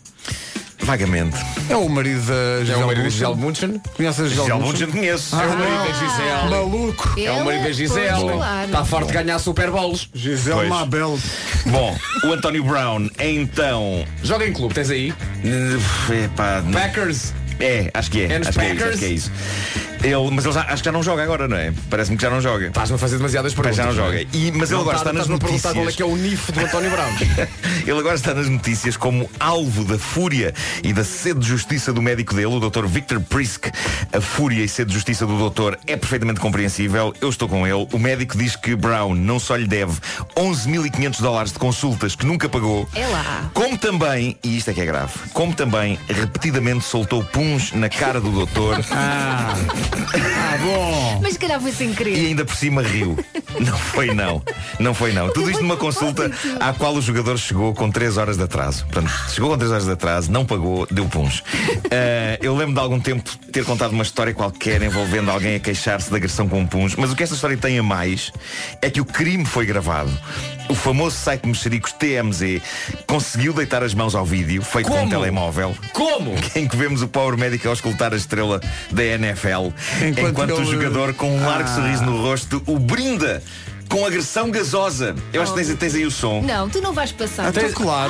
L: Vagamente.
B: É o marido da Gisele
G: o marido da Gisele
B: Bunchen. Conheces a Gisele
G: Gisele
B: Bunchen?
G: Bunchen conheço. É o marido da Gisele.
B: Ah, Maluco.
G: É o marido da Gisele. Está farto Tá de ganhar Super Bowls.
B: Gisele Mabel.
L: Bom, o António Brown é então.
G: Joga em clube, tens aí?
L: Packers. É, acho que é.
G: É nos
L: acho que é isso,
G: Packers?
L: acho que é isso. Ele, mas ele já, acho que já não joga agora, não é? Parece-me que já não joga.
G: Estás-me a fazer demasiadas
L: Parece que já não
G: perguntas,
L: joga.
G: não é?
L: E, mas ele
G: Não
L: agora
G: tá-
L: está nas
G: estás-me a perguntar
L: notícias.
G: qual é que é o NIF do António Brown.
L: Ele agora está nas notícias como alvo da fúria e da sede de justiça do médico dele, o Dr. Victor Prisk. A fúria e sede de justiça do doutor é perfeitamente compreensível. Eu estou com ele. O médico diz que Brown não só lhe deve 11.500 dólares de consultas que nunca pagou,
C: É lá.
L: como também, e isto é que é grave, como também repetidamente soltou puns na cara do doutor. ah, bom.
C: Mas se calhar foi sem
L: E
C: querer.
L: ainda por cima riu. Não foi não. Não foi não. Tudo isto numa consulta à qual o jogador chegou com 3 horas de atraso. Portanto, chegou com 3 horas de atraso, não pagou, deu puns. Ah, eu lembro de algum tempo ter contado uma história qualquer envolvendo alguém a queixar-se de agressão com puns, mas o que esta história tem a mais é que o crime foi gravado. O famoso site de mexericos TMZ conseguiu deitar as mãos ao vídeo, feito com um
G: Como?
L: telemóvel.
G: Como?
L: *laughs* Em que vemos o Power Médico ao escutar a estrela da NFL,
G: Enquanto
L: enquanto,
G: ele-
L: o jogador com um largo
G: Ah.
L: sorriso no rosto o brinda com agressão gasosa. Eu acho que tens, tens aí o som.
C: Não, tu não vais passar.
B: Então,
C: Tu- Ah.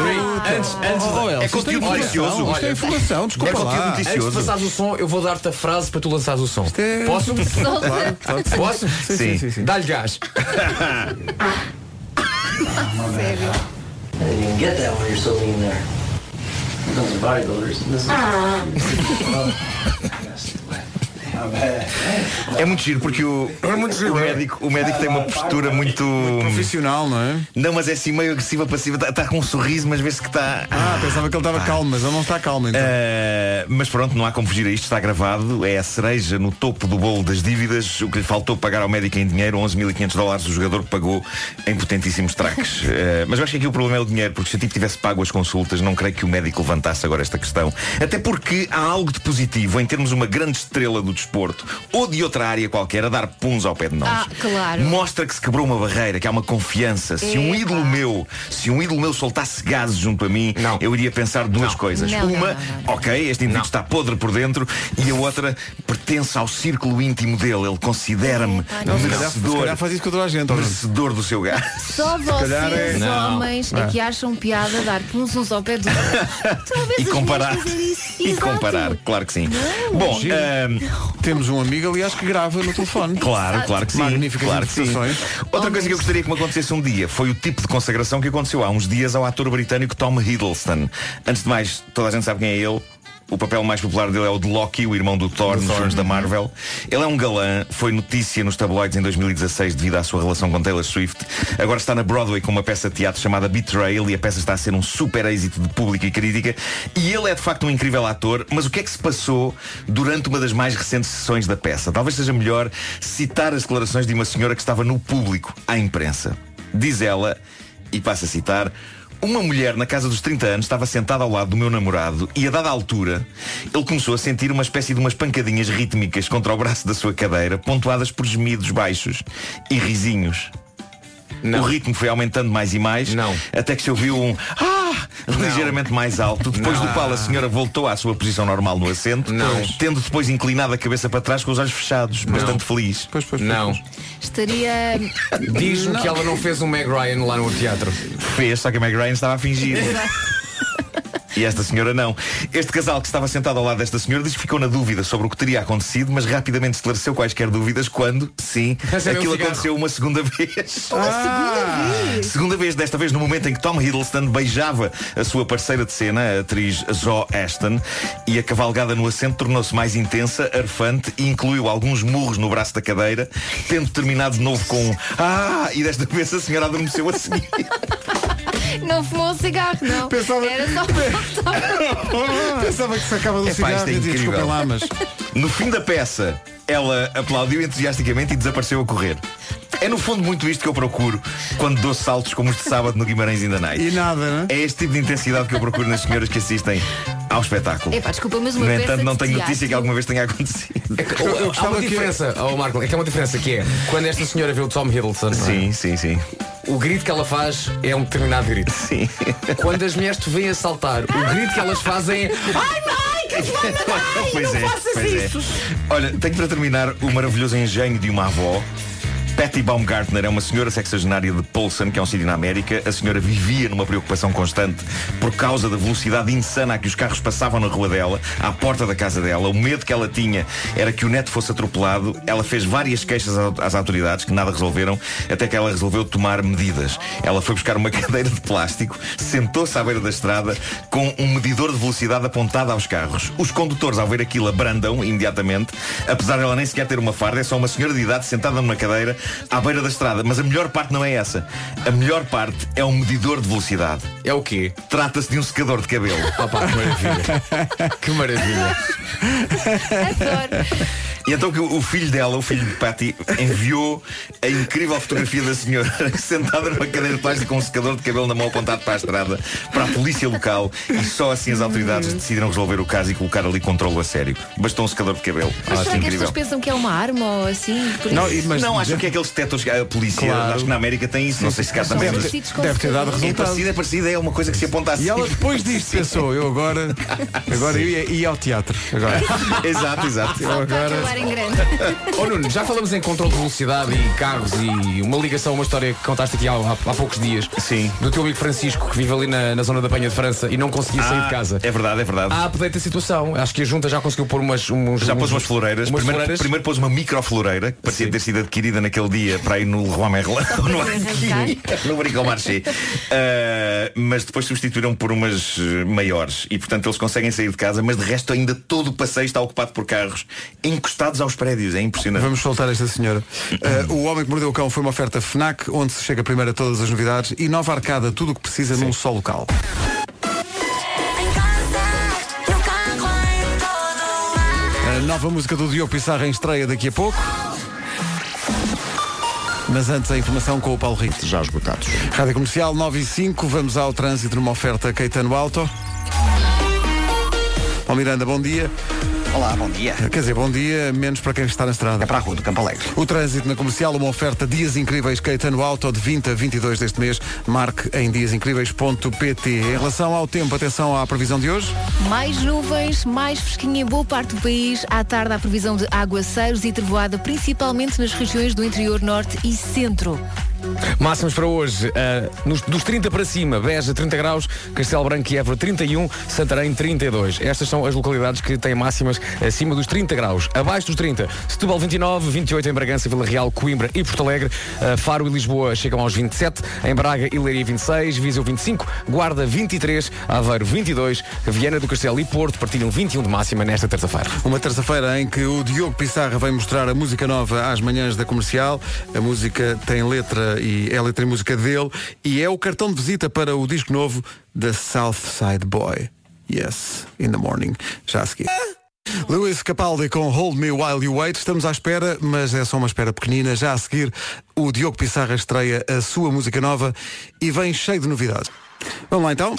L: Antes, antes
G: Oh, oh,
L: da-
G: Elsa,
L: é
G: isto
L: conteúdo
G: informação,
L: noticioso.
G: isto é
B: informação,
L: É conteúdo
G: Antes de
L: noticioso.
G: passares o som, eu vou dar-te a frase para tu lançares o som. Posso?
L: Claro,
N: claro.
G: Posso?
N: Sim, sim, sim, sim.
G: Dá-lhe gás.
N: Sério?
R: I didn't even get that when you're still leaning there. Here comes the bodybuilders. This is.
L: É muito giro porque o, o médico, o médico tem uma postura muito...
B: profissional, não é?
L: Não, mas é assim meio agressiva, passiva. Está com um sorriso, mas vê-se que tá está.
B: Ah, pensava que ele estava calmo, mas ele não está calmo. Então.
L: Eh, mas pronto, não há como fugir a isto, está gravado, é a cereja no topo do bolo das dívidas, o que lhe faltou pagar ao médico em dinheiro, 11.500 dólares o jogador pagou em potentíssimos traques. Eh, mas eu acho que aqui o problema é o dinheiro, porque se o tipo tivesse pago as consultas, não creio que o médico levantasse agora esta questão. Até porque há algo de positivo em termos uma grande estrela do desporto ou de outra área qualquer a dar puns ao pé de nós.
C: Ah, claro.
L: Mostra que se quebrou uma barreira, que há uma confiança. Se um
C: Epa.
L: ídolo meu, se um ídolo meu soltasse gases junto a mim, eu iria
Q: é-
L: pensar duas coisas.
C: Não, não,
L: uma, ok, este indivíduo está podre por dentro, e a outra pertence ao círculo íntimo dele. Ele considera-me
B: Não, Então, se calhar- se
L: merecedor,
B: calhar faz isso com toda a gente.
L: merecedor do seu gás.
C: Só
L: calhar é-
C: vocês,
L: Não.
C: homens, é
L: Ah.
C: que acham piada dar puns uns ao pé
L: *laughs*
C: do Tu não vês
L: E
C: as mulheres
L: comparar.
C: fazer isso?
L: E
C: Exato.
L: comparar, claro que sim.
C: Não.
L: Bom,
B: Giro. *laughs* temos um amigo, aliás, que grava no telefone.
L: Claro, claro que sim.
B: Magníficas
L: claro que sim.
B: interpretações. Então,
L: Outra coisa que eu gostaria que me acontecesse um dia foi o tipo de consagração que aconteceu há uns dias ao ator britânico Tom Hiddleston. Antes de mais, toda a gente sabe quem é ele. O papel mais popular dele é o de Loki, o irmão do Thor, nos filmes da Marvel. Ele é um galã, foi notícia nos tabloides em 2016 devido à sua relação com Taylor Swift. Agora está na Broadway com uma peça de teatro chamada Betrayal e a peça está a ser um super êxito de público e crítica. E ele é de facto um incrível ator, mas o que é que se passou durante uma das mais recentes sessões da peça? Talvez seja melhor citar as declarações de uma senhora que estava no público, à imprensa. Diz ela, e passa a citar, uma mulher na casa dos 30 anos estava sentada ao lado do meu namorado e a dada altura ele começou a sentir uma espécie de umas pancadinhas rítmicas contra o braço da sua cadeira, pontuadas por gemidos baixos e risinhos. O ritmo foi aumentando mais e mais Até que se ouviu um "Ah!" Ligeiramente mais alto Depois do qual a senhora voltou à sua posição normal no assento
G: Não.
L: Tendo depois inclinado a cabeça para trás Com os olhos fechados, bastante feliz
G: Não.
C: Estaria.
G: Diz-me que ela não fez um Meg Ryan lá no teatro.
L: Fez, só que a Meg Ryan estava a fingir *laughs* E esta senhora não. Este casal que estava sentado ao lado desta senhora diz que ficou na dúvida sobre o que teria acontecido, mas rapidamente esclareceu quaisquer dúvidas quando, sim,
G: Acendeu um
L: aquilo
G: cigarro.
L: aconteceu uma segunda vez. Uma Oh, segunda vez? Segunda vez, desta vez no momento em que Tom Hiddleston beijava a sua parceira de cena, a atriz Zoe Ashton, e a cavalgada no assento tornou-se mais intensa, arfante e incluiu alguns murros no braço da cadeira, tendo terminado de novo com um Ah! E desta vez a senhora adormeceu a seguir.
C: Não fumou um cigarro, não. Era só
B: *laughs* Pensava que se acaba do
L: Epá,
B: cigarro
L: isto é
B: e dizia,
L: incrível.
B: desculpem lá, mas...
L: *laughs* No fim da peça, ela aplaudiu entusiasticamente e desapareceu a correr. É no fundo muito isto que eu procuro quando dou saltos como os de sábado no Guimarães ainda Night.
B: E nada, né?
L: É este tipo de intensidade que eu procuro nas senhoras que assistem ao espetáculo.
C: Epá, desculpa, mas uma
L: no
C: peça
L: entanto, não
C: de
L: tenho
C: teatro-
L: notícia que alguma vez tenha acontecido.
G: *laughs* há uma diferença, oh, Marco, é que há uma diferença que é quando esta senhora vê o Tom Hiddleston. é?
L: Sim, sim, sim.
G: O grito que ela faz é um determinado grito.
L: Sim.
G: Quando as mulheres te vêm a saltar, o grito que elas fazem é. Ai, mãe, que
L: *laughs*
G: te vai matar! Ai,
L: pois
G: não
L: é,
G: faças
L: *laughs* pois
G: isso!
L: é. Olha, tenho para terminar o maravilhoso engenho de uma avó Patty Baumgartner é uma senhora sexagenária de Polson, que é um sítio na América. A senhora vivia numa preocupação constante por causa da velocidade insana a que os carros passavam na rua dela, à porta da casa dela. O medo que ela tinha era que o neto fosse atropelado. Ela fez várias queixas ao- às autoridades que nada resolveram, até que ela resolveu tomar medidas. Ela foi buscar uma *laughs* cadeira de plástico, sentou-se à beira da estrada com um medidor de velocidade apontado aos carros. Os condutores, ao ver aquilo, abrandam imediatamente, apesar de ela nem sequer ter uma farda, é só uma senhora de idade sentada numa cadeira à beira da estrada. Mas a melhor parte não é essa. A melhor parte é um medidor de velocidade.
G: É o quê?
L: Trata-se de um secador de cabelo.
G: que maravilha. que maravilha.
L: E então que o o filho dela, o filho de Patty, enviou a incrível fotografia da senhora *laughs* sentada numa cadeira de plástico com um secador de cabelo na mão apontado para a estrada, para a polícia local e só assim as
C: Uhum.
L: autoridades decidiram resolver o caso e colocar ali controle a sério. Bastou um secador de cabelo.
C: Mas
L: Acho
C: será que as pessoas pensam que é uma arma ou assim? Por
L: Não,
C: isso?
L: não acho que é aqueles detectores que a polícia,
B: Claro.
L: acho que na América tem isso, não sei se cá
B: Mas são
L: também.
G: é
B: parecidos com Deve ter dado
L: É
B: resultado.
L: parecido, é parecido, é uma coisa que se aponta assim.
B: E ela depois disto pensou, eu agora, agora eu ia, ia ao teatro.
G: *laughs*
B: Agora.
L: exato, exato.
G: Eu agora- Oh, Nuno, já falamos em controle de velocidade e carros e uma ligação a uma história que contaste aqui há, há- há poucos dias.
L: Sim.
G: Do teu amigo Francisco que vive ali na, na zona da Penha de França e não conseguia sair
L: Ah,
G: de casa.
L: É verdade, é verdade.
G: Há update da situação. Acho que a junta já conseguiu pôr umas. Uns,
L: Já
G: uns-
L: pôs umas floreiras.
G: umas
L: primeiro,
G: floreiras.
L: primeiro pôs uma microfloreira, que parecia ter sido adquirida naquele dia para ir no Leroy Merlin, *laughs* ou no
C: é,
L: Arquini, no Bricomarché. Uh, mas depois substituíram por umas eh, maiores. E portanto eles conseguem sair de casa, mas de resto ainda todo o passeio está ocupado por carros encostados aos prédios. É impressionante.
B: Vamos soltar esta senhora. Uh, o Homem que Mordeu o Cão foi uma oferta FNAC, onde se chega primeiro a todas as novidades e nova arcada, tudo o que precisa num só local. A nova música do Diogo Pissarra em estreia daqui a pouco. Mas antes a informação com o Paulo Rito.
T: Já esgotados.
B: Rádio Comercial 9 e 5, vamos ao trânsito numa oferta Caetano Alto. Paulo Miranda, bom dia.
T: Olá, bom dia.
B: Quer dizer, bom dia, menos para quem está na estrada. É
T: para a rua do Campo Alegre.
B: O trânsito na comercial, uma oferta Dias Incríveis Caetano Alto de 20 a 22 deste mês. Marque em diasincríveis.pt. Em relação ao tempo, atenção à previsão de hoje.
C: Mais nuvens, mais fresquinha em boa parte do país. À tarde há previsão de aguaceiros e trevoada, principalmente nas regiões do interior norte e centro.
G: Máximos para hoje, ah, nos- dos 30 para cima, Beja 30 graus, Castelo Branco e Évora 31, Santarém 32. Estas são as localidades que têm máximas acima dos 30 graus. Abaixo dos 30, Setúbal 29, 28 em Bragança, Vila Real, Coimbra e Porto Alegre, Ah, Faro e Lisboa chegam aos 27, em Braga e Leiria 26, Viseu 25, Guarda 23, Aveiro 22, Viana do Castelo e Porto partilham 21 de máxima nesta terça-feira.
B: Uma terça-feira em que o Diogo Pissarra vem mostrar a música nova às manhãs da comercial. A música tem letra e é letra e música dele e é o cartão de visita para o disco novo da Southside Boy. Yes, in the morning. Já a seguir. Lewis Capaldi com Hold Me While You Wait. Estamos à espera, mas é só uma espera pequenina. Já a seguir, o Diogo Pissarra estreia a sua música nova e vem cheio de novidades. Vamos lá então.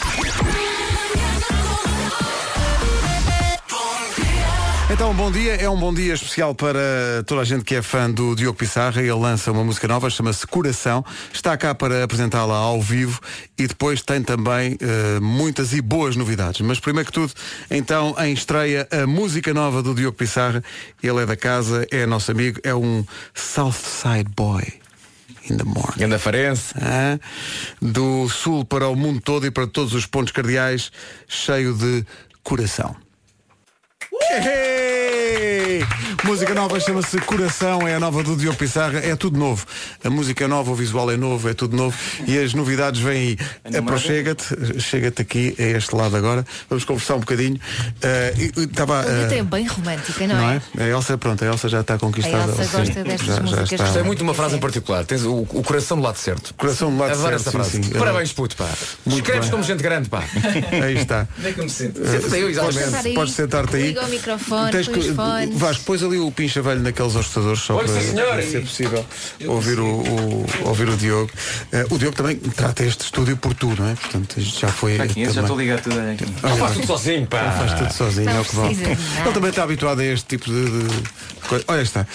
B: Então, bom dia. É um bom dia especial para toda a gente que é fã do Diogo Pissarra. Ele lança uma música nova, chama-se Coração. Está cá para apresentá-la ao vivo e depois tem também eh, muitas e boas novidades. Mas primeiro que tudo, então, em estreia, a música nova do Diogo Pissarra. Ele é da casa, é nosso amigo, é um Southside Boy. In the morning.
G: Ganda Farense.
B: Ah, do sul para o mundo todo e para todos os pontos cardeais, cheio de coração. Hey! Música nova chama-se Coração, é a nova do Diogo Pissarra, é tudo novo. A música é nova, o visual é novo, é tudo novo e as novidades vêm aí. Aproxega-te, chega-te aqui a este lado agora, vamos conversar um bocadinho. Ah, e- e tava,
C: A letra
U: Eh,
B: ah,
C: é bem romântica, não,
B: não
C: é?
B: é? A Elsa, pronto, a Elsa já está conquistada.
C: A Elsa
B: Sim,
C: gosta destas
B: já- já
C: músicas
B: está.
G: Gostei muito de uma frase em particular. Tens o, o coração do lado certo.
B: Coração do lado
G: Adoro
B: certo,
G: essa
B: sim,
G: frase.
B: sim. Eu-
G: Parabéns, puto, pá.
B: Muito
G: Escreves
B: bem.
G: como gente
U: *laughs*
G: grande, pá.
B: Aí está.
G: Onde é que eu me sinto?
B: Eh,
G: Senta-te aí,
B: podes-
G: exatamente.
C: Sentar aí,
B: Podes sentar-te aí.
C: Liga o microfone,
B: Tens
C: põe os
B: que-
C: fones.
B: Vais, pôs ali o pincha velho naqueles ajustadores só
C: Olha,
B: para,
C: sim, senhor.
B: para ser possível ouvir o, o- ouvir o Diogo. Eh, o Diogo também trata este estúdio por tu, não é? Portanto, isto já foi.
U: Aqui,
B: também.
U: já estou ligado tudo aqui.
B: Olha,
G: Ah, faz tudo sozinho, pá.
B: Ele Faz tudo sozinho,
U: Não
B: é o que vale.
U: precisa de nada.
B: Ele também está habituado a este tipo de, de coisa. Olha está.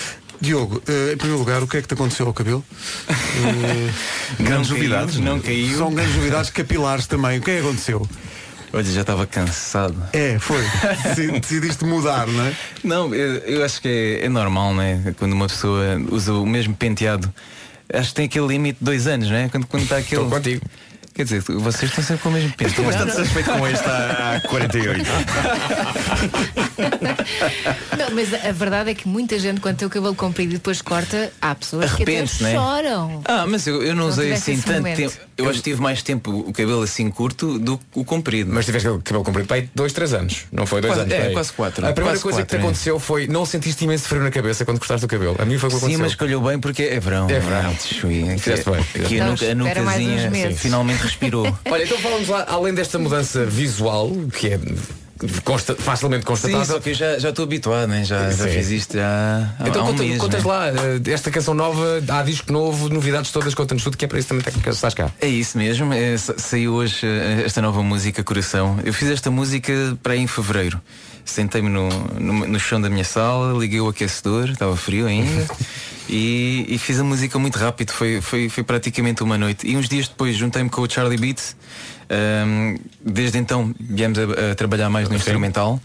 B: Diogo, eh, em primeiro lugar, o que é que te aconteceu ao cabelo? Eh,
U: *laughs* Grandes novidades, não caiu.
B: São grandes novidades capilares também. O que é que aconteceu?
U: Olha, já estava cansado.
B: É,
U: *laughs*
B: foi. Deci- Decidiste mudar, não é?
U: Não, eu, eu acho que é, é normal, né? Quando uma pessoa usa o mesmo penteado Acho que tem aquele limite de dois anos, não é? Quando, quando está aquele.
G: Estou contigo.
U: Quer dizer, vocês estão sempre com o mesmo peso.
L: Estou bastante satisfeito com este há 48.
C: Não, mas a a verdade é que muita gente, quando tem o cabelo comprido e depois corta, há pessoas que até
U: Arrepende-se, não é?
C: choram.
U: Ah, mas eu, eu não,
C: Não
U: usei
C: tiveste
U: assim
C: esse
U: tanto
C: momento.
U: tempo. Eu, acho que tive mais tempo o cabelo assim curto do que o comprido.
G: Mas tiveste o cabelo comprido para aí dois, três anos. Não foi dois
U: Quase-
G: anos.
U: é,
G: para aí.
U: quase quatro.
G: A primeira
U: Quase
G: coisa que te
U: quatro, é.
G: aconteceu foi não sentiste imenso frio na cabeça quando cortaste o cabelo. A mim foi o que
U: Sim,
G: aconteceu.
U: mas calhou bem porque é verão.
G: É verão.
U: Ah, tchui, é que-
G: Fizeste bem.
U: que a,
G: Então,
U: nuca, a
G: espera mais uns
U: nucazinha
G: meses.
U: finalmente respirou.
G: Olha, então falamos lá, além desta mudança visual, que é consta- facilmente
U: Sim,
G: constatável.
U: só que eu Então, tá, já já estou habituado, né? já, já
G: Sim.
U: fiz isto já há,
G: Então
U: há um
G: conta,
U: mês,
G: contas
U: né?
G: lá, eh, esta canção nova, há disco novo, novidades todas, conta-nos tudo, que é para isso também que- que estás cá.
U: É isso mesmo, é, sa- saiu hoje eh, esta nova música Coração. Eu fiz esta música para aí em fevereiro. Sentei-me no, no, no chão da minha sala, liguei o aquecedor, estava frio ainda, e, e fiz a música muito rápido, foi, foi, foi praticamente uma noite. E uns dias depois juntei-me com o Charlie Beats. ahm, desde então viemos a, a trabalhar mais no instrumental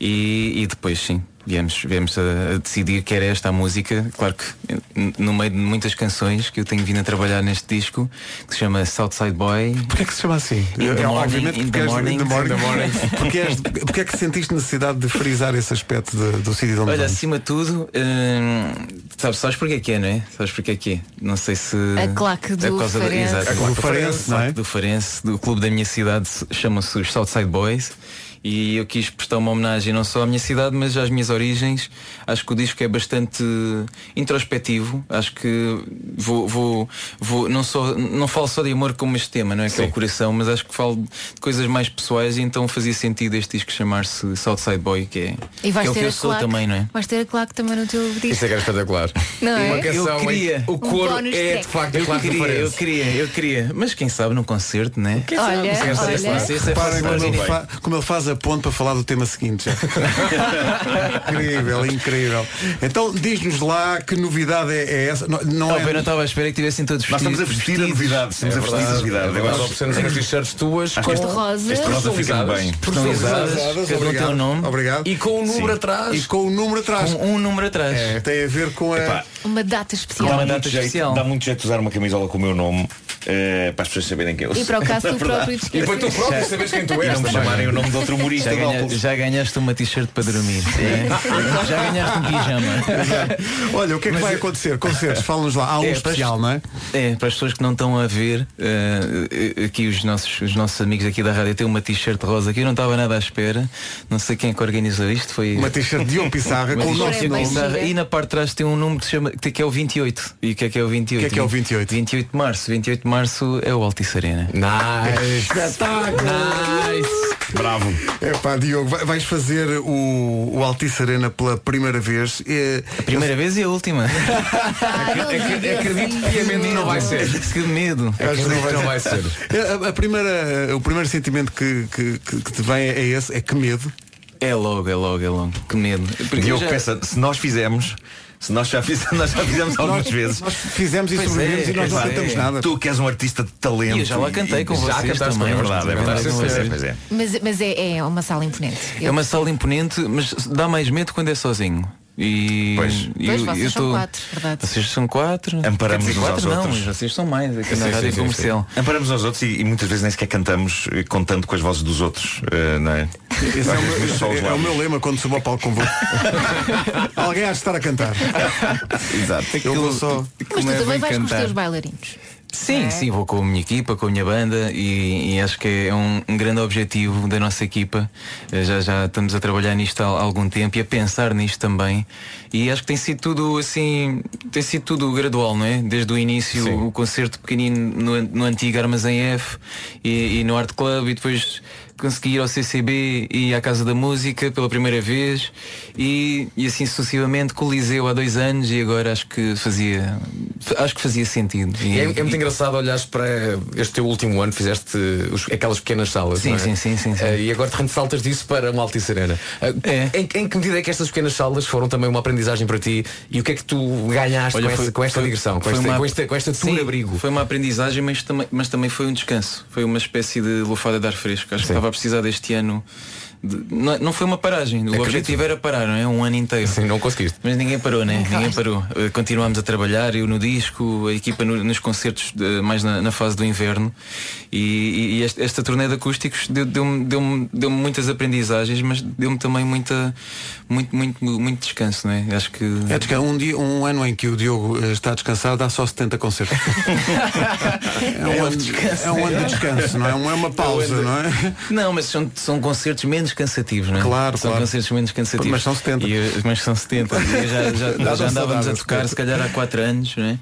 U: E, e depois sim viemos, viemos a, a decidir que era esta a música claro que n- no meio de muitas canções que eu tenho vindo a trabalhar neste disco que se chama Southside Boy
B: Porquê é que se chama assim?
U: In the
B: É,
U: morning,
B: obviamente
U: in
B: porque
U: the
B: és-
U: morning,
B: in the morning.
U: in the morning.
B: *laughs* Porque és- porque é que sentiste necessidade de frisar esse aspecto de- do sítio de onde
U: Olha,
B: vens?
U: acima de tudo, hum, sabes, sabes porque é que é, não é? Sabes porque é que é? Não sei se.
C: A claque do
U: É por causa da-
C: Farense.
U: exato.
C: A claque do
B: Farense, não é?
U: A claque do Farense, do clube da minha cidade, se- chama-se os Southside Boys. E eu quis prestar uma homenagem não só à minha cidade, mas às minhas origens. Acho que o disco é bastante introspectivo. Acho que vou, vou, vou não, só, não falo só de amor como este tema, não é? Que é o coração, mas acho que falo de coisas mais pessoais e então fazia sentido este disco chamar-se Southside Boy, que é,
C: E vais
U: que é o
C: ter
U: que eu
C: a
U: sou
C: claque,
U: também, não é?
C: Vais ter a claque também no teu
U: Isso
C: disco.
U: é que era espetacular.
C: Não é?
U: uma
C: Eu
U: canção em que
C: queria.
U: o
C: Um
U: coro
C: bónus
U: é de
C: track.
U: facto
G: Eu
U: eu
G: queria,
U: queria, eu queria, eu queria. Mas quem sabe num concerto, né?
C: Quem sabe? Olha,
U: Esta- esta-
C: olha.
U: esta- esta é
B: Reparem como,
U: fácil.
B: ele fa- como ele faz a ponte para falar do tema seguinte.
G: *laughs*
B: já. incrível, incrível. Então diz-nos lá que novidade é, é essa. Não, não
U: Oh,
B: é-
U: bem, não estava à espera que tivessem todos
B: Nós
U: vestidos.
B: estamos a vestir a novidade, estamos
U: É
B: a vestir a
U: verdade,
B: novidade.
U: é
B: Agora
U: verdade.
B: só precisamos de umas
G: t-shirts tuas
U: Acho que
G: com-
U: este-
G: rosa.
U: este rosa fica
G: Personalizadas.
U: bem.
G: Personalizadas,
U: Personalizadas,
B: cada um tem
U: obrigado.
B: o nome. Obrigado.
U: E com o número
B: Sim.
U: atrás.
B: E com o número atrás.
U: Com um número atrás.
B: É, tem a ver com a.
C: Uma data especial.
U: Dá uma
L: muito jeito- Dá muito jeito de usar uma camisola com o meu nome eh, para as pessoas saberem quem eu sou.
C: E
U: *laughs*
L: *laughs*
C: para
U: É
C: o caso, tu
L: Na verdade.
C: próprio te esqueces. E para tu próprio saberes quem tu és
L: Não me
U: também.
L: chamarem o nome de outro humorista.
B: é
U: Já,
L: de
U: ganha-
L: óculos.
U: já ganhaste uma t-shirt para dormir.
B: *laughs*
U: né? já ganhaste um pijama.
B: Olha, o que é que
U: Mas
B: vai
U: eu-
B: acontecer? Concertos, fala-nos lá. Há um
U: É,
B: especial, não
U: para
B: é?
U: as- É, para as pessoas que não estão a ver, eh, eh, aqui os nossos, os nossos amigos aqui da rádio têm uma t-shirt rosa que eu não estava nada à espera. Não sei quem é que organizou isto. Foi
B: Uma t-shirt de Diogo Pissarra
U: Uma
B: com o
U: t-shirt
B: nosso
U: de
B: nome.
U: Pissarra. E na parte de trás tem um número que, se chama, que é o 28. E o que é que é o 28?
B: O que é que é o 28?
U: 28 de março. 28 de março é o Altice Arena. *laughs*
L: Bravo.
B: É pá, Diogo, vai- vais fazer o, o Altice Arena pela primeira vez. a
U: primeira vez e a última.
C: um
G: Acredito piamente que não vai ser.
U: Que medo.
B: Acho que
G: Não vai ser.
B: É, A, a primeira, o primeiro sentimento que, que, que- que te vem é esse, é que medo.
U: É logo, é logo, é logo. Que medo. Porque
L: Diogo
U: eu já-
L: pensa, se nós fizemos, se nós já fizemos, *laughs* nós
B: *laughs*
L: já fizemos algumas
B: Nós-
L: vezes.
B: nós fizemos e
L: Pois
B: sobrevivemos e nós não
L: epá,
B: cantamos
L: é.
B: nada.
L: Tu que és um artista de talento.
U: E eu já lá cantei com
L: e-
U: vocês
L: cantaste
U: também.
L: É verdade, é verdade.
U: Sim,
L: Pois é,
U: senhor.
L: pois é.
C: Mas, mas é, é uma sala imponente.
U: É uma sala imponente, mas dá mais medo quando é sozinho. E
L: Pois.
U: e
C: Pois,
U: eu,
C: vocês
U: eu
C: são
U: tô-
C: quatro, verdade.
U: Vocês são quatro.
L: Amparamos
U: Quer dizer,
L: uns
U: quatro
L: aos
U: não,
L: outros.
U: mas vocês são mais é aqui na
L: Sim,
U: rádio
L: sim, sim,
U: comercial.
L: sim. Amparamos é. aos outros e, e muitas vezes nem sequer cantamos eh, contando com as vozes dos outros, eh, não é?
B: Esse é,
L: Às
B: o
L: vezes só os
B: meu, é o
L: lábios.
B: meu lema quando subo ao palco convosco. Alguém há de estar a cantar.
L: Exato.
B: Eu vou só.
C: Mas tu
U: Como é
C: também
U: bem
C: vais com os
U: cantar.
C: teus bailarinos.
U: Sim,
G: Né?
C: É.
U: sim, vou com a minha equipa, com a minha banda e, e acho que é um, um grande objetivo da nossa equipa. Eh, Já, já estamos a trabalhar nisto há algum tempo e a pensar nisto também. E acho que tem sido tudo assim, tem sido tudo gradual, não é? Desde o início, o concerto pequenino no, an- no antigo Armazém F e, e no Art Club e depois consegui ir ao CCB e à Casa da Música pela primeira vez e, e assim sucessivamente coliseu há dois anos e agora acho que fazia acho que fazia sentido
G: E é, é muito engraçado olhares para este teu último ano, fizeste eh, os- aquelas pequenas salas.
U: Sim,
G: não é?
U: sim, sim, sim, sim.
G: Eh, e agora de repente saltas disso para uma Altice Arena. Eh, em, em que medida é que estas pequenas salas foram também uma aprendizagem para ti? E o que é que tu ganhaste com, essa, com esta digressão, com,
U: foi
G: esta,
U: uma-
G: com, esta, com esta tour
U: Sim,
G: abrigo?
U: Foi uma aprendizagem, mas, também- mas também foi um descanso. Foi uma espécie de lufada de ar fresco. Acho que estava a precisar deste ano de- não, não foi uma paragem. O
G: Acredito.
U: objetivo era parar, não é? Um ano inteiro.
G: Sim, não conseguiste.
U: Mas ninguém parou, né? Ninguém parou. Eh, Continuámos a trabalhar, eu no disco, a equipa no- nos concertos, eh, mais na, na fase do inverno. E, e- e este- esta turnê de acústicos deu- deu-me deu deu muitas aprendizagens, mas deu-me também muita, muito, muito, muito descanso, não é? Acho que.
B: É desca- um, dia, um ano em que o Diogo eh, está descansado dá só 70 *laughs* concertos. é, um ano, é um ano de descanso, não é? Um- É uma pausa, não é?
U: Não, mas são, são concertos menos cansativos, não é?
B: Claro,
U: São
B: claro.
U: concertos menos cansativos.
B: Mas são
U: 70. mas são 70. E já,
B: *laughs*
U: já-
B: Dá-me
U: já andávamos
B: saudades,
U: a tocar, se calhar, há 4 anos, não é?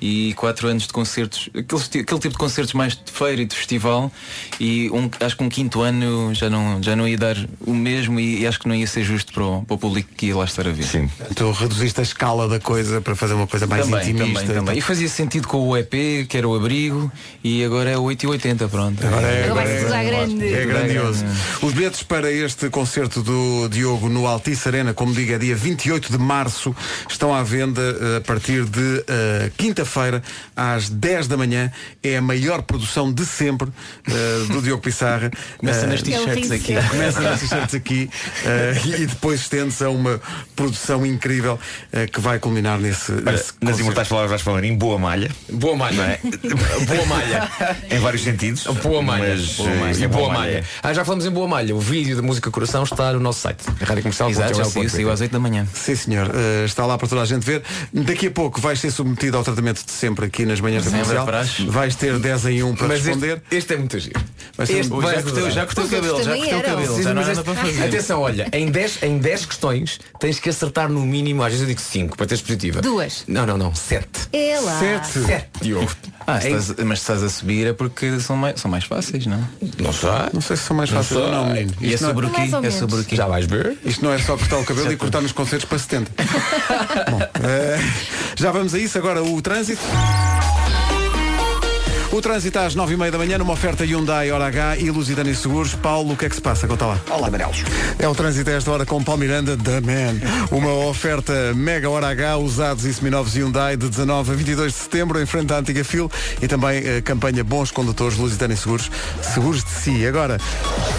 U: E 4 anos de concertos, aqueles ti- aquele, tipo de concertos mais de feira e de festival. E um- acho que um quinto ano já não, já não ia dar o mesmo e, e acho que não ia ser justo para o, para o público que ia lá estar a ver. Sim.
B: Tu Então, reduziste a escala da coisa para fazer uma coisa mais
U: também,
B: intimista. então.
U: também, também. E fazia sentido com o EP, que era o abrigo, e agora é 8 e 80, pronto. Agora
B: É,
C: Agora
B: é-
C: tudo à grande.
B: é grandioso. Os bilhetes para este concerto do Diogo no Altice Arena, como digo, é dia 28 de março, estão à venda eh, a partir de eh, quinta-feira, às 10 da manhã. É a maior produção de sempre eh, do Diogo Pissarra.
U: Começa
B: Eh,
U: nas t-shirts Ele ri aqui. sempre.
B: Começa nas t-shirts aqui eh, e depois estende-se a uma produção incrível eh, que vai culminar nesse.
L: Olha,
B: nesse
L: nas
B: concerto.
L: imortais palavras vais falar em boa malha. é?
G: Boa malha. *laughs* boa malha.
L: em vários sentidos.
G: Boa malha.
L: Mas,
G: boa malha.
L: eh, isto é
G: boa malha. Ah, já falamos em boa malha. O vídeo da música Coração está no nosso site. Rádio Comercial.
U: Exato, já saiu, saiu às 8 da manhã.
B: Sim, senhor. Eh, está lá para toda a gente ver. Daqui a pouco vais ser submetido ao tratamento de sempre aqui nas manhãs da
U: Sempre,
B: comercial.
U: praxe.
B: Vais ter 10 em 1 para
G: Mas este-
B: responder.
G: Este, é muito giro.
B: Vai ser um-
G: vai-
B: já cortei- já cortei o
G: Os outros
B: cabelo, já
G: também
B: cortei o
G: eram.
B: cabelo,
G: Sim,
B: já não
G: mas
B: há
G: este-
B: nada para fazer.
G: Atenção, olha, em 10 em 10 questões tens que acertar no mínimo, às vezes eu digo 5 para teres positiva.
C: Duas.
G: Não, não, não, 7.
C: É lá.
G: Diogo.
U: Ah,
G: Em-
U: estás- mas se estás a subir é porque são mais, são mais fáceis, não?
G: Não sei.
B: Ah, Não sei se são mais fáceis ou não, menino.
U: E é
B: Isto não
U: sobre o quê? É sobre o quê?
G: Já vais ver?
B: Isto não é só cortar o cabelo e cortar nos concertos para 70. Bom, eh, já vamos a isso. Agora o trânsito. O trânsito às 9h30 da manhã, numa oferta Hyundai Hora H e Lusitânia Seguros. Paulo, o que é que se passa? Conta lá.
T: Olá, amarelos.
B: É o trânsito a esta hora com Paulo Miranda, The Man. Uma oferta Mega Hora H, usados e seminovos Hyundai de 19 a 22 de setembro, em frente à antiga FIL e também eh, campanha Bons Condutores Lusitânia Seguros, seguros de si. Agora,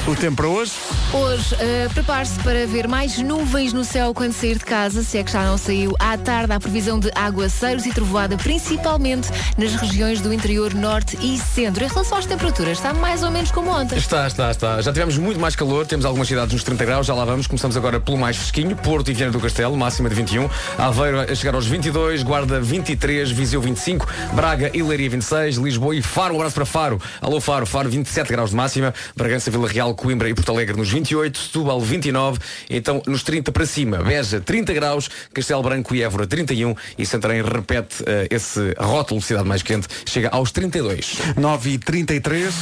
B: o tempo para hoje.
C: Hoje, eh, prepare-se para ver mais nuvens no céu quando sair de casa, se é que já não saiu. À tarde, há previsão de aguaceiros e trovoada, principalmente nas regiões do interior norte e centro. Em relação às temperaturas, está mais ou menos como ontem.
G: Está, está, está. Já tivemos muito mais calor, temos algumas cidades nos 30 graus, já lá vamos. Começamos agora pelo mais fresquinho, Porto e Viana do Castelo, máxima de 21. Aveiro a chegar aos 22, Guarda 23, Viseu 25, Braga e Leiria 26, Lisboa e Faro. Um abraço para Faro. Alô Faro, Faro 27 graus de máxima, Bragança, Vila Real, Coimbra e Porto Alegre nos 28, Setúbal 29, então nos 30 para cima, Beja 30 graus, Castelo Branco e Évora 31 e Santarém repete eh, esse rótulo de cidade mais quente, chega aos 32.
B: 9 e 33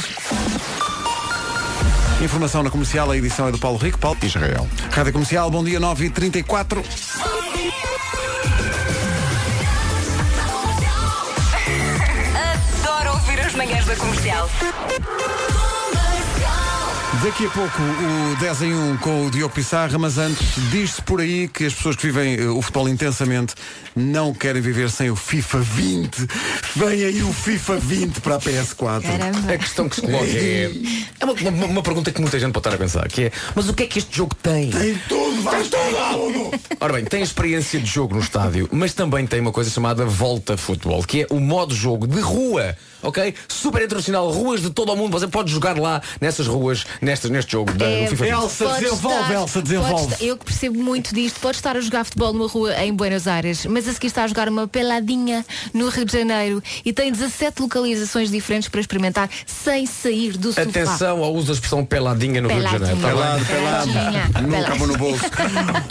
B: Informação na comercial, a edição é do Paulo Rico, Paulo Israel. Rádio Comercial, bom dia, 9 e 34
D: Adoro ouvir as manhãs da comercial.
B: Daqui a pouco o 10 em 1 com o Diogo Pissarra, mas antes diz-se por aí que as pessoas que vivem eh, o futebol intensamente não querem viver sem o FIFA 20. Vem aí o FIFA 20 para a PS4.
G: A questão que se coloca é. É uma, uma- uma pergunta que muita gente pode estar a pensar, que é, mas o que é que este jogo tem? Tem
B: tudo,
G: faz tudo! Ora bem, tem experiência de jogo no estádio, mas também tem uma coisa chamada volta futebol, que é o modo jogo de rua, ok? Super internacional, ruas de todo o mundo, você pode jogar lá nessas ruas, nestas, neste jogo da, no FIFA.
C: pode estar- pode estar- eu que percebo muito disto. Pode estar a jogar futebol numa rua em Buenos Aires, mas a seguir está a jogar uma peladinha no Rio de Janeiro e tem 17 localizações diferentes para experimentar sem sair do sofá.
G: Atenção ao uso da expressão peladinha no Rio de Janeiro. tá
B: Pelado, pelado.
C: Peladinha.
B: Nunca
C: Pelado.
B: vou no bolso.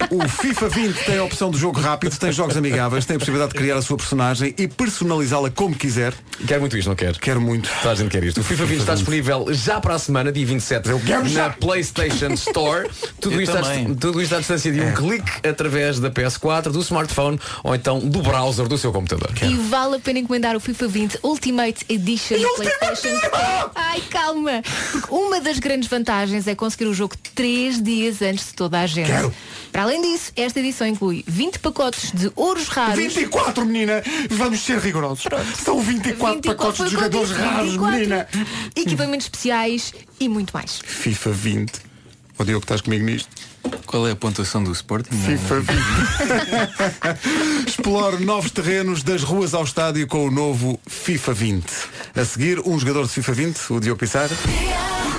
B: O FIFA 20 tem a opção do jogo rápido, tem jogos amigáveis, tem a possibilidade de criar a sua personagem e personalizá-la como quiser.
G: Quer muito isto, não quer?
B: Quero muito.
G: Toda a gente quer isto. O FIFA 20 está disponível já para a semana, dia 27,
B: quero já.
G: na PlayStation
L: *laughs*
G: Store. tudo,
U: Eu
G: isto à,
U: também.
G: dist- tudo isto à distância de
L: É.
G: um clique através da PS4, do smartphone ou então do browser do seu computador.
C: E vale a pena encomendar o FIFA 20 Ultimate Edition do PlayStation. Ai, calma! Porque uma das grandes vantagens é conseguir o jogo três dias antes de toda a gente. Para além disso, esta edição inclui 20 pacotes de ouros raros.
B: 24, menina! Vamos ser rigorosos. São 24 pacotes de
C: foi o que eu
B: jogadores
C: disse,
B: raros,
C: 24.
B: menina!
C: Equipamentos especiais e muito mais.
B: FIFA 20. Ó Diogo, estás comigo nisto?
U: Qual é a pontuação do Sporting?
B: FIFA. *laughs* Explore novos terrenos das ruas ao estádio com o novo FIFA 20. A seguir, um jogador de FIFA 20, o Diogo Pissarra.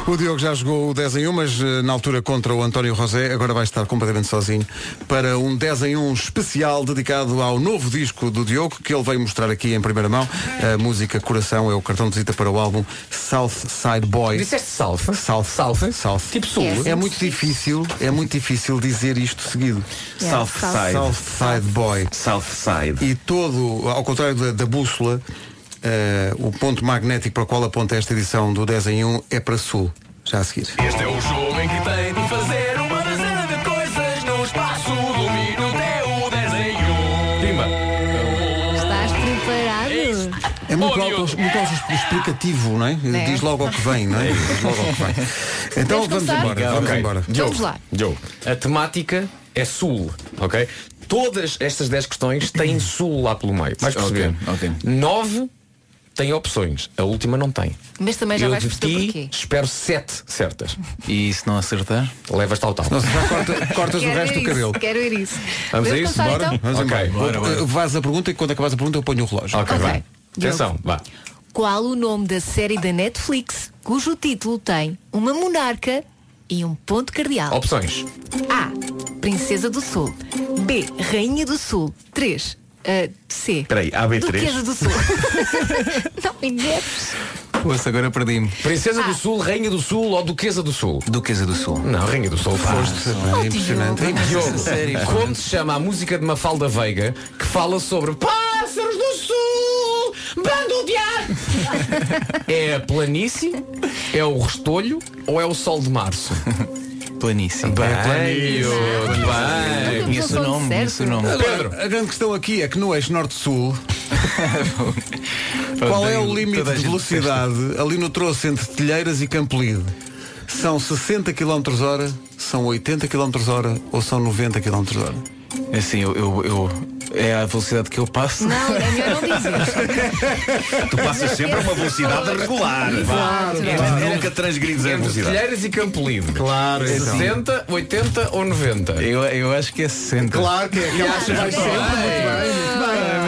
B: O Diogo já jogou o 10 em 1, mas eh, na altura contra o António Rosé, agora vai estar completamente sozinho para um 10 em 1 especial dedicado ao novo disco do Diogo, que ele veio mostrar aqui em primeira mão. A música Coração é o cartão de visita para o álbum South Side Boy.
G: Disseste South?
B: South. South. South. Tipo
G: sul?
B: É muito difícil, é muito difícil dizer isto seguido.
L: Yeah, South South. Side.
B: Southside Boy.
L: Southside.
B: E todo, ao contrário da, da bússola, eh, o ponto magnético para o qual aponta esta edição do 10 em 1 é para sul. Já a seguir.
N: Este é o jogo em que tem de fazer uma dezena de coisas num espaço de um minuto é o um. desenho. Pimba.
C: Estás preparado?
B: É muito,
G: Oh,
B: auto, muito auto-explicativo, não é?
C: Né?
B: Diz logo ao que vem,
G: *laughs*
B: não é? Diz logo ao que vem. Então
G: Queres
B: vamos
G: começar?
B: embora, vamos
G: Ok.
B: embora.
G: Diogo,
C: Vamos lá.
G: Diogo, a temática é sul, ok? Todas estas 10 questões
U: *clears throat*
G: têm sul lá pelo meio. Vais perceber.
U: Ok, ok.
G: 9 têm opções, a última não tem.
C: Mas também já
G: Eu
C: vais
G: de
C: perceber
G: ti
C: porquê.
G: espero 7 certas.
U: E se não acertar?
G: Levas-te ao tal.
B: cortas o
C: Quero
B: resto
C: ver
B: do cabelo.
C: isso, Quero ver isso.
G: Vamos a
C: Podemos
G: isso?
C: começar,
G: Bora?
C: então?
B: Vamos
G: Ok,
B: embora.
G: bora,
B: Vou-
G: bora.
B: Vás a pergunta e quando acabares a pergunta eu ponho o relógio.
G: Ok,
C: Ok.
G: vai.
C: Diogo.
G: Atenção, vá.
C: Qual o nome da série da Netflix cujo título tem uma monarca e um ponto cardeal?
G: Opções.
C: A. Princesa do Sul. B. Rainha do Sul. 3. C.
L: Espera aí, AB3.
C: Duquesa do Sul.
G: *laughs*
C: Não me Ah. enganes.
U: Poxa, agora perdi-me.
G: Princesa do Sul, Rainha do Sul ou Duquesa do Sul?
U: Duquesa do Sul.
G: Não, Rainha do Sul. Foste.
B: É impressionante.
U: *laughs*
G: Diogo, *laughs* como se chama a música de Mafalda Veiga que fala sobre Pássaros do Sul, bando
U: *laughs*
G: de ar? É a planície? É o restolho ou é o sol de março?
U: Planície.
G: Bem, Diogo,
U: É Ah, Eu
G: bem.
U: conheço o nome, conheço o nome.
B: Pedro, a grande questão aqui é que no eixo norte-sul qual é o limite
U: Toda a
B: de
U: gente
B: velocidade ali no troço entre Telheiras e Campolide? São 60 km hora, são 80 km hora ou são 90 km hora?
U: Assim, eu, eu, eu- É a velocidade que eu passo.
C: Não, é melhor não dizer.
L: Tu passas sempre a uma velocidade regular. Vá.
G: Claro,
L: Tu
G: claro.
L: Nunca transgrides a
G: Entre
L: velocidade.
G: Telheiras e Campo Livre.
B: Claro,
G: 60, 80 ou 90?
U: Eu, eu acho que é 60.
B: Claro que é aquela que vai sempre.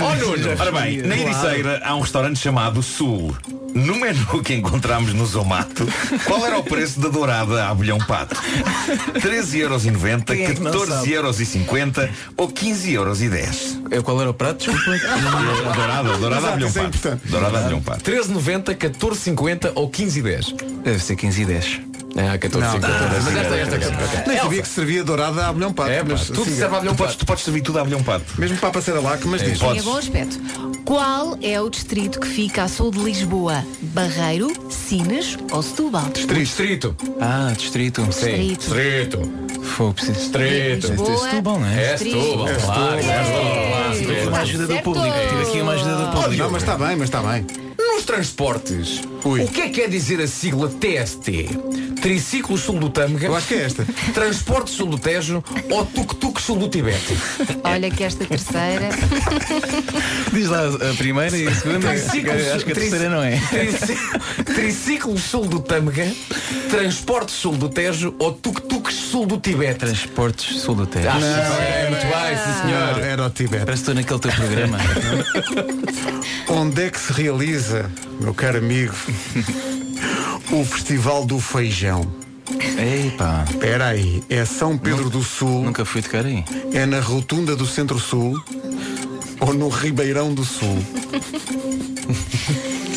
G: Oh, Nuno.
L: Ora bem, na Ericeira há um restaurante chamado Sul. No menu que encontramos no Zomato, qual era o preço da dourada a abelhão pato? 13,90€,
U: Quem é que não sabe?
L: 14,50€ ou 15,10€?
U: Eu, qual era o prato?
G: *laughs*
L: Dourada, dourada, dourada a abelhão
U: Ah, isso é
L: pato.
U: importante.
L: Dourada a abelhão pato.
G: 13,90, 14,50 ou 15,10?
U: Deve ser 15 e 10.
G: Ah, 14,50. Mas esta, esta, esta.
B: Nem sabia que se servia dourada à abelhão pato.
G: É, pá,
B: mas
G: tudo
B: siga.
G: serve a abelhão
L: Tu podes,
G: pato.
L: tu podes servir tudo a abelhão pato.
B: Mesmo para a passeira lá, que mas diz.
C: Tinha bom aspecto. Qual é o distrito que fica a sul de Lisboa? Barreiro, Sines ou Setúbal?
G: Distrito.
U: Ah, distrito.
C: Distrito.
G: Distrito.
U: Foi, preciso.
G: Distrito.
C: Lisboa.
U: Isto é Setúbal, não é?
G: É Setúbal, claro. É Setúbal.
U: Uma ajuda do
C: Certo.
U: público. Tive aqui uma ajuda do público.
B: Não, mas está bem, mas está bem.
G: Nos transportes, o que é que quer dizer a sigla TST? Triciclo Sul do Tâmega?
B: Eu acho que é esta.
G: Transporte Sul do Tejo ou Tuk-Tuk Sul do Tibete?
C: Olha que esta
U: *laughs*
C: terceira.
U: Diz lá a primeira e a segunda. Acho que a terceira não é.
G: Trici- Triciclo Sul do Tâmega, Transporte Sul do Tejo ou Tuk-Tuk Sul do Tibete?
U: Transportes Sul do Tejo.
G: Ah, é, muito bem, sim senhor.
B: Era o Tibete.
U: Parece que estou naquele teu programa.
B: Onde é que se realiza, meu caro amigo, *laughs* o Festival do Feijão?
U: Eipá,
B: Espera aí, é São Pedro do Sul,
U: nunca fui tocar aí.
B: é na Rotunda do Centro-Sul ou no Ribeirão do Sul?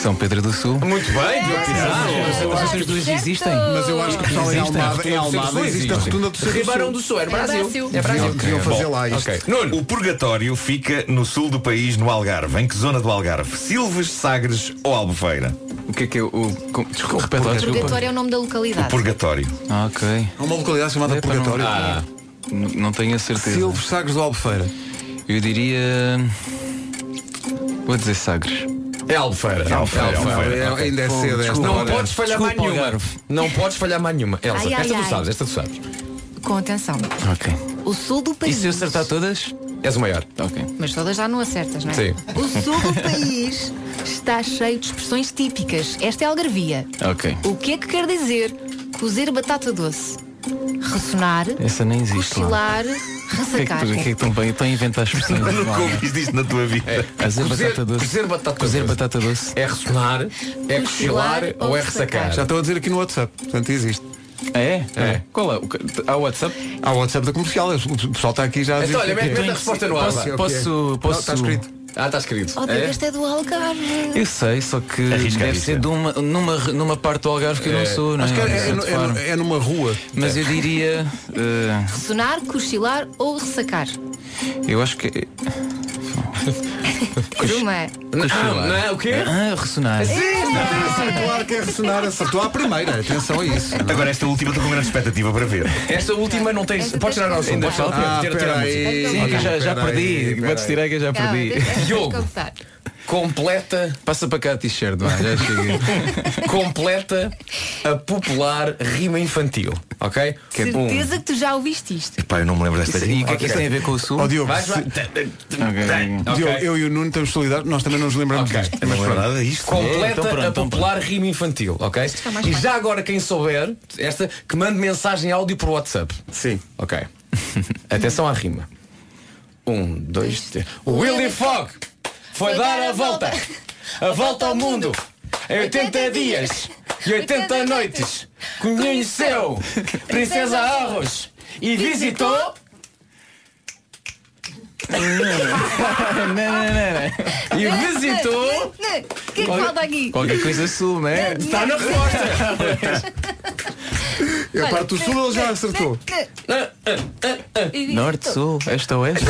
U: São Pedro do Sul.
G: Muito
C: É.
G: bem, Diogo Pizarro.
U: Mas essas duas existem.
B: Mas eu acho que o pessoal em
U: Existe a
B: Almada, em Almada existe a Rotunda do
G: Ribeirão
B: Centro-Sul.
G: do Sul, é Brasil. É
B: Deviam,
G: Brasil.
B: deviam fazer lá isto.
G: Ok. Nuno,
L: O purgatório fica no sul do país, no Algarve. Em que zona do Algarve? Silves, Sagres ou Albufeira?
U: O que é que é o. com- Desculpa, repete lá, desculpa.
C: Purgatório é o nome da localidade.
L: Purgatório.
U: Ah, ok.
B: Há uma localidade chamada
U: Epa, não-
B: Purgatório.
U: Ah, n- Não tenho a certeza.
B: Silves Sagres do Albufeira.
U: Eu diria. Vou dizer Sagres.
G: é um Albufeira.
L: Albufeira, Albufeira.
B: É, Ainda é cedo esta
G: Não
B: hora.
G: podes falhar mais
U: Desculpa,
G: nenhuma.
U: Algarve.
G: Não podes falhar mais nenhuma. Elsa,
C: Ai, ai,
G: esta tu
C: ai.
U: é?
G: sabes, esta tu sabes.
C: Com atenção.
U: Ok.
C: O sul do
U: E
C: país.
U: se eu acertar todas?
G: És o maior.
U: Ok.
C: Mas todas já não acertas, não é?
G: Sim.
C: O sul do país está cheio de expressões típicas. Esta é a algarvia.
U: Ok.
C: O que é que quer dizer cozer batata doce? ressonar,
U: Essa nem existe lá.
C: cochilar,
U: *laughs* O que é que,
C: ressacar.
U: tu- o que é que estão bem? Estão a inventar expressões.
L: Nunca ouviste isto na tua vida.
B: É.
U: Fazer batata doce.
G: Cozer batata
U: Cozer batata doce.
G: É ressonar, é
U: cochilar ou é ressacar?
B: Já estão a dizer aqui no WhatsApp, portanto existe.
U: É?
B: É.
U: Qual é? Há o WhatsApp?
B: Há o WhatsApp da comercial, o pessoal está aqui já a dizer.
G: Então, olha,
B: o que é
G: mete,
B: que é.
G: mete a resposta no ar.
B: Posso-
G: vá.
B: posso- posso- Não, está escrito.
G: Ah,
U: tá
G: está escrito.
C: Oh, Deus, este é do Algarve.
U: Eu sei, só que
L: Arrisca,
U: deve
L: arrisca.
U: ser de uma, numa, numa parte do Algarve que eu
L: É.
U: não sou, não
L: Acho que é- é- é-
B: é numa rua.
U: Mas eu diria. eh,
C: Ressonar, cochilar ou ressacar.
U: eu acho que. é-
C: Uma.
U: Cochilar.
B: não, o quê?
U: Ah, ressonar.
B: Sim, atenção, claro que é ressonar, acertou à primeira,
U: É
B: atenção a isso.
L: Agora esta última estou com grande expectativa para ver.
G: Esta última não tens. Podes tirar ao som.
U: Ainda
G: Podes tirar
U: falta.
G: ao som.
U: Tira- tira a música. Sim, que já, já perdi. Quando se tirar que eu já perdi. *laughs*
G: Diogo, completa.
U: Passa para cá a t-shirt, vá, já chega.
G: completa a popular rima infantil. Ok?
C: Certeza que é tu já ouviste isto.
L: Pá, eu não me lembro desta
U: E o que é que isso tem a ver com o sul?
B: Ó, Diogo,
U: Vai,
B: se-
U: vai. Ok.
B: Diogo, eu e o Nuno estamos solidários, nós também não nos lembramos disto.
L: Mas
B: pronto.
L: nada isto.
G: é? Completa
B: Então pronto,
G: a
B: então
G: popular rima infantil, ok? E já agora quem souber, esta, que mande mensagem áudio por WhatsApp.
B: Sim.
G: Ok. *laughs* Atenção à rima. Um, dois, três. O Willy Fogg foi dar a volta. A volta ao mundo. Em 80 dias e 80 noites. Conheceu Princesa Arros e visitou. E visitou.
C: O que é que falta aqui? Né,
U: Qualquer coisa sul, não é?
G: né? Está na resposta.
C: né,
B: A parte do sul ele já acertou.
C: "Então,
U: Norte, sul, este ou oeste?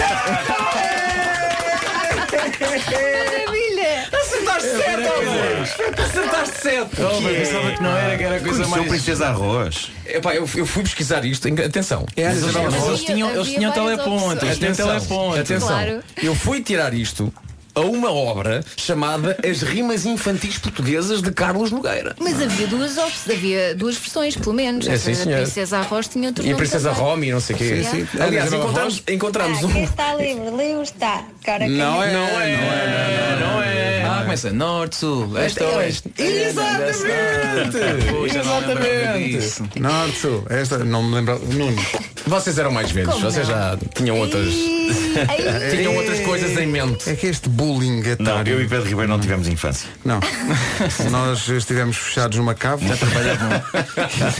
C: Maravilha!
G: Acertaste certo, Alves! Acertaste Tá certo! é.
U: Oh, mas pensava que não era, que era a coisa
L: Conheceu
U: mais-
L: Princesa Arroz.
G: Epá, eu, eu fui pesquisar isto, Em- atenção.
U: Mas
G: Mas
U: eles,
G: eles-
U: É, mas eles tinham, eles
C: havia
U: tinham
C: várias
U: teleponto, eles tinham
G: Atenção,
U: teleponto.
G: atenção.
C: Claro.
G: Eu fui tirar isto a uma obra chamada As Rimas Infantis Portuguesas de Carlos Nogueira.
C: Mas havia duas opções, havia duas versões, pelo menos.
G: É, sim,
C: a
G: senhor.
C: Princesa Arroz tinha outro
G: E a
C: nome
G: Princesa
C: também.
G: Romy, não sei o quê.
C: Sim, sim.
G: Aliás,
B: Ana Isabel
G: encontramos, encontramos
A: Ah, Quem
G: um.
A: está livre, livre está. Agora quem
B: Não é,
U: Não é, não é, não é. Ah, começa norte, sul, este ou oeste.
G: Exatamente!
U: Pô, já não lembrava
G: é
U: disso.
G: Exatamente!
B: Norte, sul, É esta não me lembro. Nuno.
G: Vocês eram mais velhos,
C: Como
G: vocês
C: não?
G: já tinham outras.
B: *laughs*
C: é
G: Tinham outras coisas em mente.
B: É que este bullying
L: Não, eu
B: etário.
L: e Pedro Ribeiro não tivemos infância.
B: Não. *laughs* Nós estivemos fechados numa cave. Já trabalhavam.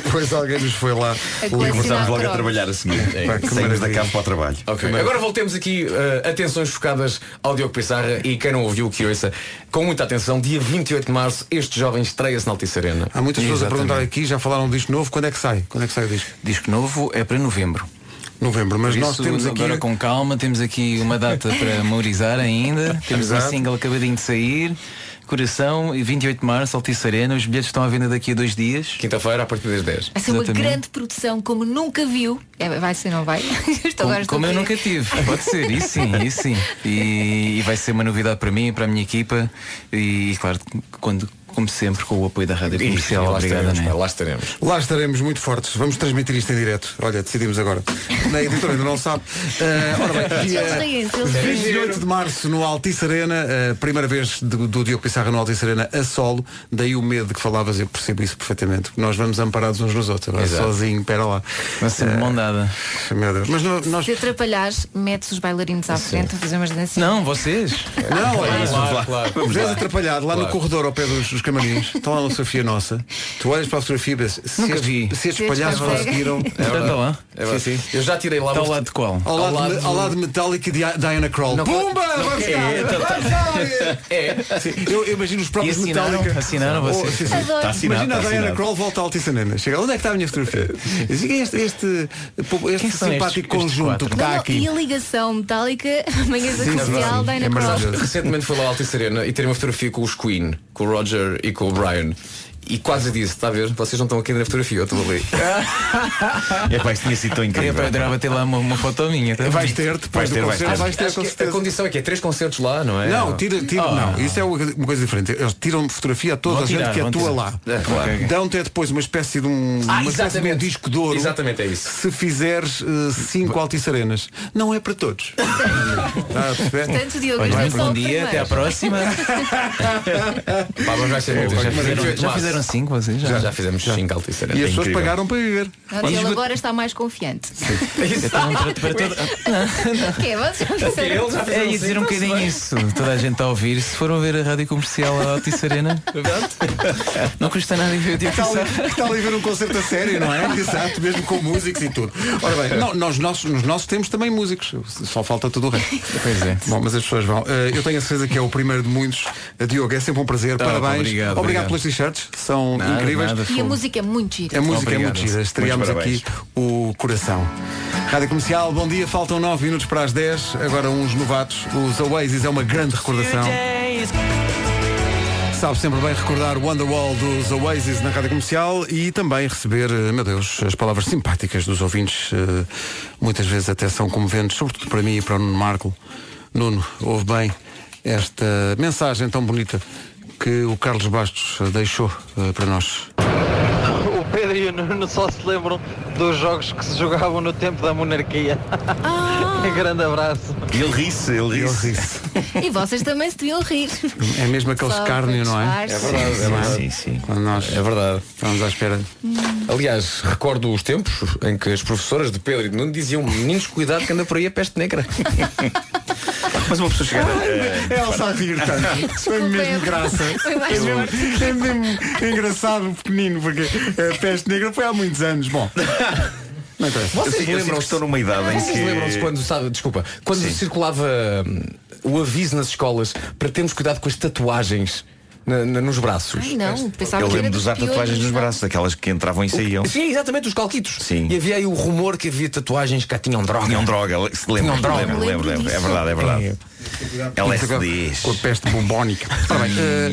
B: Depois alguém nos foi lá libertar.
L: Voltámos logo a
C: Crocs.
L: trabalhar a seguir.
B: Pá, que
L: Saímos da
B: maravilha.
L: cave para o trabalho.
G: Ok, agora voltemos aqui eh, atenções focadas ao Diogo Pissarra e quem não ouviu que ouça com muita atenção. Dia 28 de março, este jovem estreia-se na Altice Arena.
B: Há muitas pessoas a
U: Exatamente.
B: perguntar aqui, já falaram disto novo, quando é que sai? Quando é que sai o disco?
U: Disco novo é para novembro.
B: Novembro, mas
U: Por
B: nós
U: isso,
B: temos aqui. um-
U: agora com calma, temos aqui uma data
B: *laughs*
U: para memorizar ainda, temos um
B: Exato.
U: single acabadinho de sair, Coração, e 28 de Março, Altice Arena, os bilhetes estão à venda daqui a dois dias.
G: Quinta-feira, a partir das 10.
C: Vai ser uma
U: Exatamente.
C: grande produção, como nunca viu. É, vai ser, não vai? *laughs* Estou
U: Como,
C: Então agora
U: como eu nunca tive, pode ser, isso sim, isso sim. E, e vai ser uma novidade para mim, para a minha equipa e, claro, quando, como sempre, com o apoio da Rádio Comercial.
G: lá
U: Obrigada,
G: estaremos,
U: né?
G: pá, lá estaremos.
B: Lá estaremos muito fortes. Vamos transmitir isto em direto. Olha, decidimos agora. Na editora ainda não sabe. Eh, ora bem, dia
C: Eles riem-se, eles riem-se.
B: 28 de março no Altice Arena, eh, primeira vez do, do Diogo Pissarra no Altice Arena a solo. Daí o medo que falavas, eu percebo isso perfeitamente. Nós vamos amparados uns nos outros. Agora
G: Exato.
B: sozinho, pera lá.
U: Vai ser de mão dada.
B: Meu Deus. Mas no- nós.
C: Se atrapalhares, metes os bailarinos à frente a fazer umas danças.
U: Não, vocês.
B: Não, é isso.
G: Claro, claro.
B: Vamos
G: lá.
B: atrapalhado lá no
G: Claro.
B: corredor ao pé dos, dos camarins. Está lá Então uma fotografia nossa. Tu olhas para a fotografia e pensas, se
U: Nunca
B: estes-
U: vi.
B: se estes
C: Se
B: palhaços
C: estes
B: *laughs* conseguiram.
U: Então, tá lá.
G: É verdade. Eu já tirei lá
U: Está ao
G: uma-
U: lado de qual?
B: Ao lado,
G: lado
B: de,
G: do-
B: ao lado de Metallica e de Diana Krall. Pumba! Vamos cá!
G: É.
B: Sim, Eu eu imagino os próprios
U: E assinaram?
B: Metallica. Oh,
U: Assinaram vocês?
B: sim, sim.
C: Adoro.
L: Está assinado,
B: Imagina a
L: está
B: Diana
L: assinado.
B: Kroll volta à Altice Arena. Chega, onde é que está a minha fotografia? E diz, Este, este, este
U: Quem são
B: simpático
U: estes- estes
B: conjunto
U: quatro?
B: que está
C: Não, não, E
B: Tá aqui.
C: a ligação metálica, *laughs* manhãs da comercial,
B: sim, é
C: Dana Cross.
B: maravilhoso.
G: Recentemente fui lá ao Altice Arena e tirei uma fotografia com os Queen, com o Roger e com o Brian. E quase disse, está a ver? Vocês não estão aqui na fotografia, eu estou ali.
U: Ah,
L: É pá, isto tinha sido tão
U: Eu
L: incrível.
U: adorava ter lá uma, uma foto minha. tá?
B: Vais ter, depois
L: Vais
B: do
L: ter, vais
B: concerto,
L: ter.
B: vais ter,
G: Acho
B: com
G: que a
B: certeza.
G: condição é que é três concertos lá, não é?
B: Não, tira, tira, não. Isso é uma coisa diferente. Eles tiram fotografia a toda
U: Vão
B: a gente
U: tirar,
B: que
U: vão
B: atua
U: tirar.
B: lá.
G: É, claro.
U: Ok.
B: Dão-te depois uma espécie de um,
G: Ah,
B: uma espécie de um
G: exatamente.
B: disco de ouro.
G: Exatamente, é isso.
B: Se fizeres eh, cinco altiçarenas. Não é para
G: *laughs*
B: todos. Está a perceber?
C: Portanto, Diogo,
U: Olha,
C: este é só
U: bom
C: o
U: dia,
G: *laughs*
C: primeiro.
U: até à próxima.
G: Pá, mas vai ser bom.
U: Já
G: Mas
U: fizeram,
G: 28
U: já
G: março.
U: fizeram fizeram cinco vocês?
G: Já, já fizemos cinco altíssimas.
B: E as pessoas pagaram para ir ver.
C: Portanto, Ele agora está mais confiante.
U: Então,
G: *laughs*
U: para, para toda...
C: Que é, vocês já fizeram-
U: É, ia dizer um
G: tá
U: bocadinho isso. Toda a gente está a ouvir. Se foram ver a rádio comercial à Altice
G: *laughs*
U: Arena, não custa nada ver.
B: Que tal, que tal ir ver um concerto a sério, não é? *laughs* Exato, mesmo com músicos e tudo. Ora bem, não, nós nossos, nos nossos temos também músicos, só falta tudo o resto.
U: Pois é.
B: Bom, mas as pessoas vão. Eh, eu tenho a certeza que é o primeiro de muitos. Eh, Diogo, é sempre um prazer.
U: Tá,
B: Parabéns.
U: obrigado, obrigado.
B: pelas t-shirts, são
U: Nada,
B: incríveis.
U: nada,
C: E a música é muito gira.
B: A música é
U: Obrigado.
B: muito gira.
U: Muitos
B: Estreámos
U: parabéns.
B: aqui o coração. Rádio Comercial, bom dia. Faltam 9 minutos para as 10. Agora uns novatos. Os Oasis é uma grande recordação. Sabe sempre bem recordar o Wonderwall dos Oasis na Rádio Comercial e também receber, eh, meu Deus, as palavras simpáticas dos ouvintes. eh, Muitas vezes até são comoventes, sobretudo para mim e para o Nuno Marco. Nuno, ouve bem esta mensagem tão bonita que o Carlos Bastos eh, deixou eh, para nós.
H: O Pedro e o Nuno só se lembram dos jogos que se jogavam no tempo da monarquia.
C: Ah.
H: *laughs* Um grande abraço.
L: Ele ri-se, ele ri-se.
C: E vocês também se deviam rir.
B: É mesmo aquele
C: Só
B: escárnio, não é?
C: para disfarce. É verdade, é verdade.
G: Sim,
B: Quando nós
G: É verdade.
B: Estamos à espera.
G: Aliás, recordo os tempos em que as professoras de Pedro e de Nuno diziam meninos, cuidado que anda por aí a
H: *laughs*
G: peste negra.
L: Mas uma pessoa chegada.
V: "É,
B: Elsa a rir tanto. Foi mesmo graça. É mesmo, é mesmo engraçado pequenino, porque a peste negra foi há muitos anos. Bom. Não interessa.
G: Vocês
L: Eu sinto- eu sinto
G: lembram-se-
L: que estou numa idade em
G: Vocês
L: que-
G: lembram-se quando, sabe, desculpa, quando circulava hum, o aviso nas escolas para termos cuidado com as tatuagens na- na- nos braços?
C: Ai, não, pensava
L: Eu
C: que
L: lembro
C: era
L: de
C: dos
L: usar tatuagens nos
C: piolhos.
L: braços, aquelas que entravam e saíam.
G: Sim, exatamente, os calquitos. Sim. E havia aí o rumor que havia tatuagens que cá tinham droga.
L: Tinham droga, le- se lembra,
G: Tinham droga. É.
L: lembra,
G: Lembro
L: lembra, lembra. É
G: disso.
L: verdade, é verdade.
B: LSDs. Com a peste bombónica. Ora bem, eh,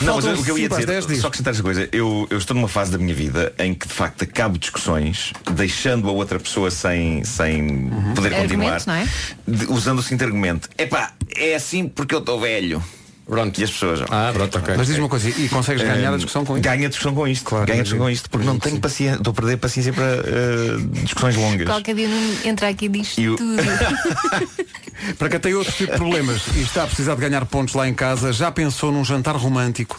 L: Não, mas
B: faltam
L: o que eu ia
B: cinco às
L: dizer,
B: dez, diz.
L: só acrescentar esta coisa, eu, eu estou numa fase da minha vida em que de facto acabo discussões, deixando a outra pessoa sem, sem
G: Uhum.
L: poder continuar,
C: Argumentos, não é?
L: de- usando o seguinte argumento, epá, é assim porque eu estou velho.
G: Pronto.
L: E as pessoas.
G: Ah, pronto, ok.
B: Mas diz-me uma coisa, e consegues ganhar a discussão com isto?
L: Ganha a discussão com isto, claro. Ganha a discussão com isto, porque não tenho paciência, estou a perder paciência para eh, discussões longas.
C: Qualquer dia não entra aqui e diz
L: E o-
C: tudo.
B: Para quem tem outro tipo de problemas e está a precisar de ganhar pontos lá em casa, já pensou num jantar romântico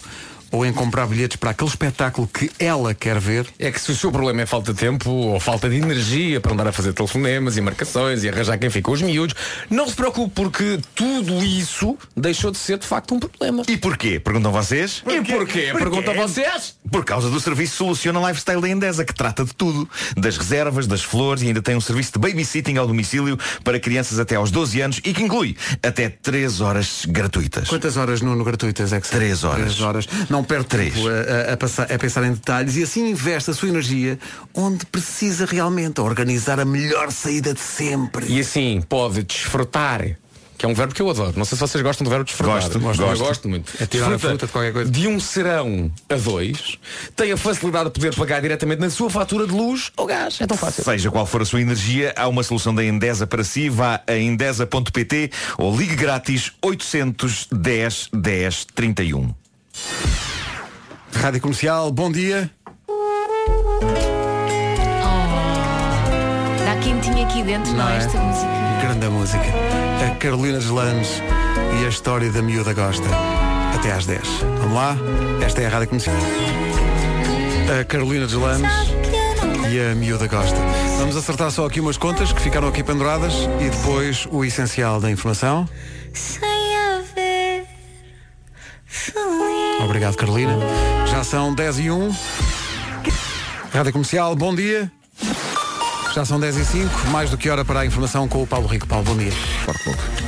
B: ou em comprar bilhetes para aquele espetáculo que ela quer ver?
G: É que se o seu problema é falta de tempo ou falta de energia para andar a fazer telefonemas e marcações e arranjar quem fica com os miúdos, não se preocupe porque tudo isso deixou de ser de facto um problema.
L: E porquê? Perguntam vocês?
G: E porquê? Perguntam vocês?
L: Por causa do serviço Soluciona Lifestyle da Endesa, que trata de tudo. Das reservas, das flores e ainda tem um serviço de babysitting ao domicílio para crianças até aos 12 anos e que inclui até 3 horas gratuitas.
B: Quantas horas, Nuno, gratuitas é que são?
L: Três horas.
B: Três horas. Não perde tempo a, a- a passar- a pensar em detalhes e assim investe a sua energia onde precisa realmente, a organizar a melhor saída de sempre.
G: E assim pode desfrutar, que é um verbo que eu adoro. Não sei se vocês gostam do verbo desfrutar.
B: Gosto,
G: Eu
B: gosto.
G: gosto muito.
B: É tirar a
G: Desfruta
B: fruta de qualquer coisa.
G: De um serão a dois, tem a facilidade de poder pagar diretamente na sua fatura de luz ou gás. É tão fácil.
L: Seja qual for a sua energia, há uma solução da Endesa para si. Vá a endesa.pt ou ligue grátis 810 10 31.
B: Rádio Comercial, bom dia.
C: Dá quentinho aqui dentro, não, é? Esta música.
B: Grande música. A Carolina Deslandes e a história da miúda gosta. Até às 10. Vamos lá? Esta é a Rádio Comercial. A Carolina Deslandes e a miúda gosta. Vamos acertar só aqui umas contas que ficaram aqui penduradas e depois o essencial da informação.
N: Sem haver
B: Obrigado, Carolina. Já são 10 e 1. Rádio Comercial, bom dia. Já são 10 e 5, mais do que hora para a informação com o Paulo Rico. Paulo, bom dia.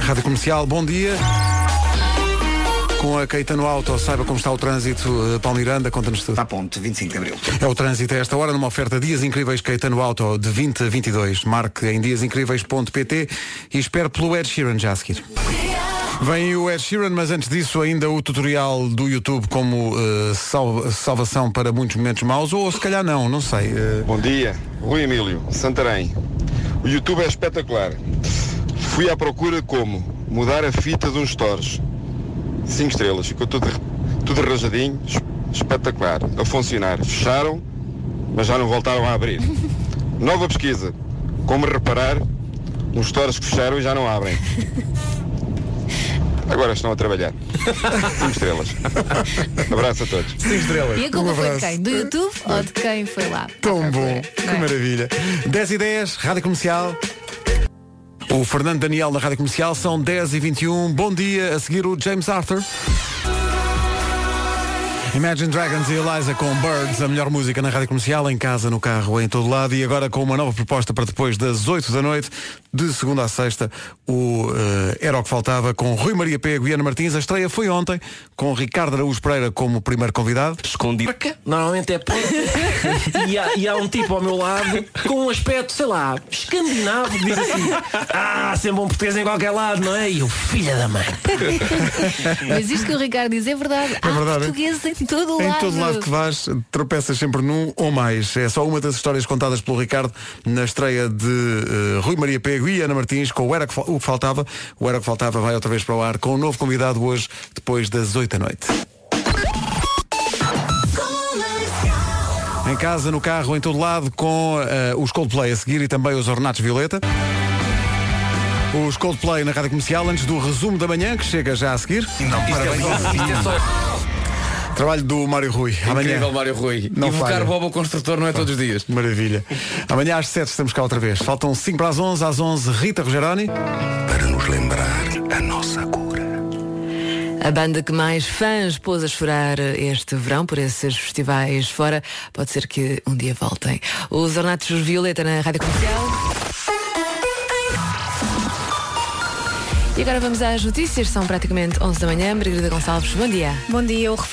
B: Rádio Comercial, bom dia. Com a Caetano Auto, saiba como está o trânsito. Eh, Paulo Miranda, conta-nos tudo. Está
F: ponto, 25 de Abril.
B: É o trânsito a esta hora, numa oferta Dias Incríveis Caetano Auto de 20 a 22. Marque em diasincríveis.pt e espere pelo Ed Sheeran já a seguir. Vem o Ed Sheeran, mas antes disso ainda o tutorial do YouTube como eh, sal- salvação para muitos momentos maus, ou se calhar não, não sei. eh.
V: Bom dia, Rui Emílio, Santarém. O YouTube é espetacular. Fui à procura como mudar a fita de uns stores. 5 estrelas, ficou tudo, tudo rajadinho, es- espetacular, a funcionar. Fecharam, mas já não voltaram a abrir. Nova pesquisa, como reparar uns stores que fecharam e já não abrem. Agora estão a trabalhar.
L: *laughs*
V: Cinco estrelas. Abraço a todos.
G: Cinco estrelas.
C: E
B: Um
C: a culpa foi de quem? Do YouTube ou de quem foi lá?
B: Tão bom, que maravilha. 10 e 10, Rádio Comercial. O Fernando Daniel na Rádio Comercial são 10 e 21. Bom dia, a seguir o James Arthur. Imagine Dragons e Eliza com Birds, a melhor música na rádio comercial, em casa, no carro, em todo lado. E agora com uma nova proposta para depois das 8 da noite, de segunda à sexta, o eh, Era o que Faltava com Rui Maria Pego e Ana Martins. A estreia foi ontem, com Ricardo Araújo Pereira como primeiro convidado.
I: Escondido. Normalmente é porco. e, há, e há um tipo ao meu lado com um aspecto, sei lá, escandinavo, que diz assim, ah, sempre um português em qualquer lado, não é? E o filho da mãe.
C: Mas isto que o Ricardo diz é verdade. Há
B: verdade, é?
C: portugueses em todo
B: Em
C: lado.
B: todo lado que vais, tropeças sempre num ou mais. É só uma das histórias contadas pelo Ricardo na estreia de eh, Rui Maria Pego e Ana Martins com o Era que Fal- o que Faltava. O Era que Faltava vai outra vez para o ar com um novo convidado hoje, depois das 8 da noite. Em casa, no carro, em todo lado, com eh, os Coldplay a seguir e também os Ornatos Violeta. Os Coldplay na Rádio Comercial antes do resumo da manhã, que chega já a seguir.
G: Não, é
B: parabéns. Trabalho do Mário Rui.
G: Incrível,
B: Amanhã.
G: Mário Rui.
B: Não
G: Invocar
B: falha.
G: Bob ao construtor não é todos os dias.
B: Maravilha. Amanhã às 7 estamos cá outra vez. Faltam 5 para as 11, às 11 Rita Rogeroni. Para nos lembrar a nossa cura.
J: A banda que mais fãs pôs a chorar este verão por esses festivais fora, pode ser que um dia voltem. Os Ornatos Violeta na Rádio Comercial. E agora vamos às notícias, são praticamente 11 da manhã. Margarida Gonçalves, bom dia.
W: Bom dia, o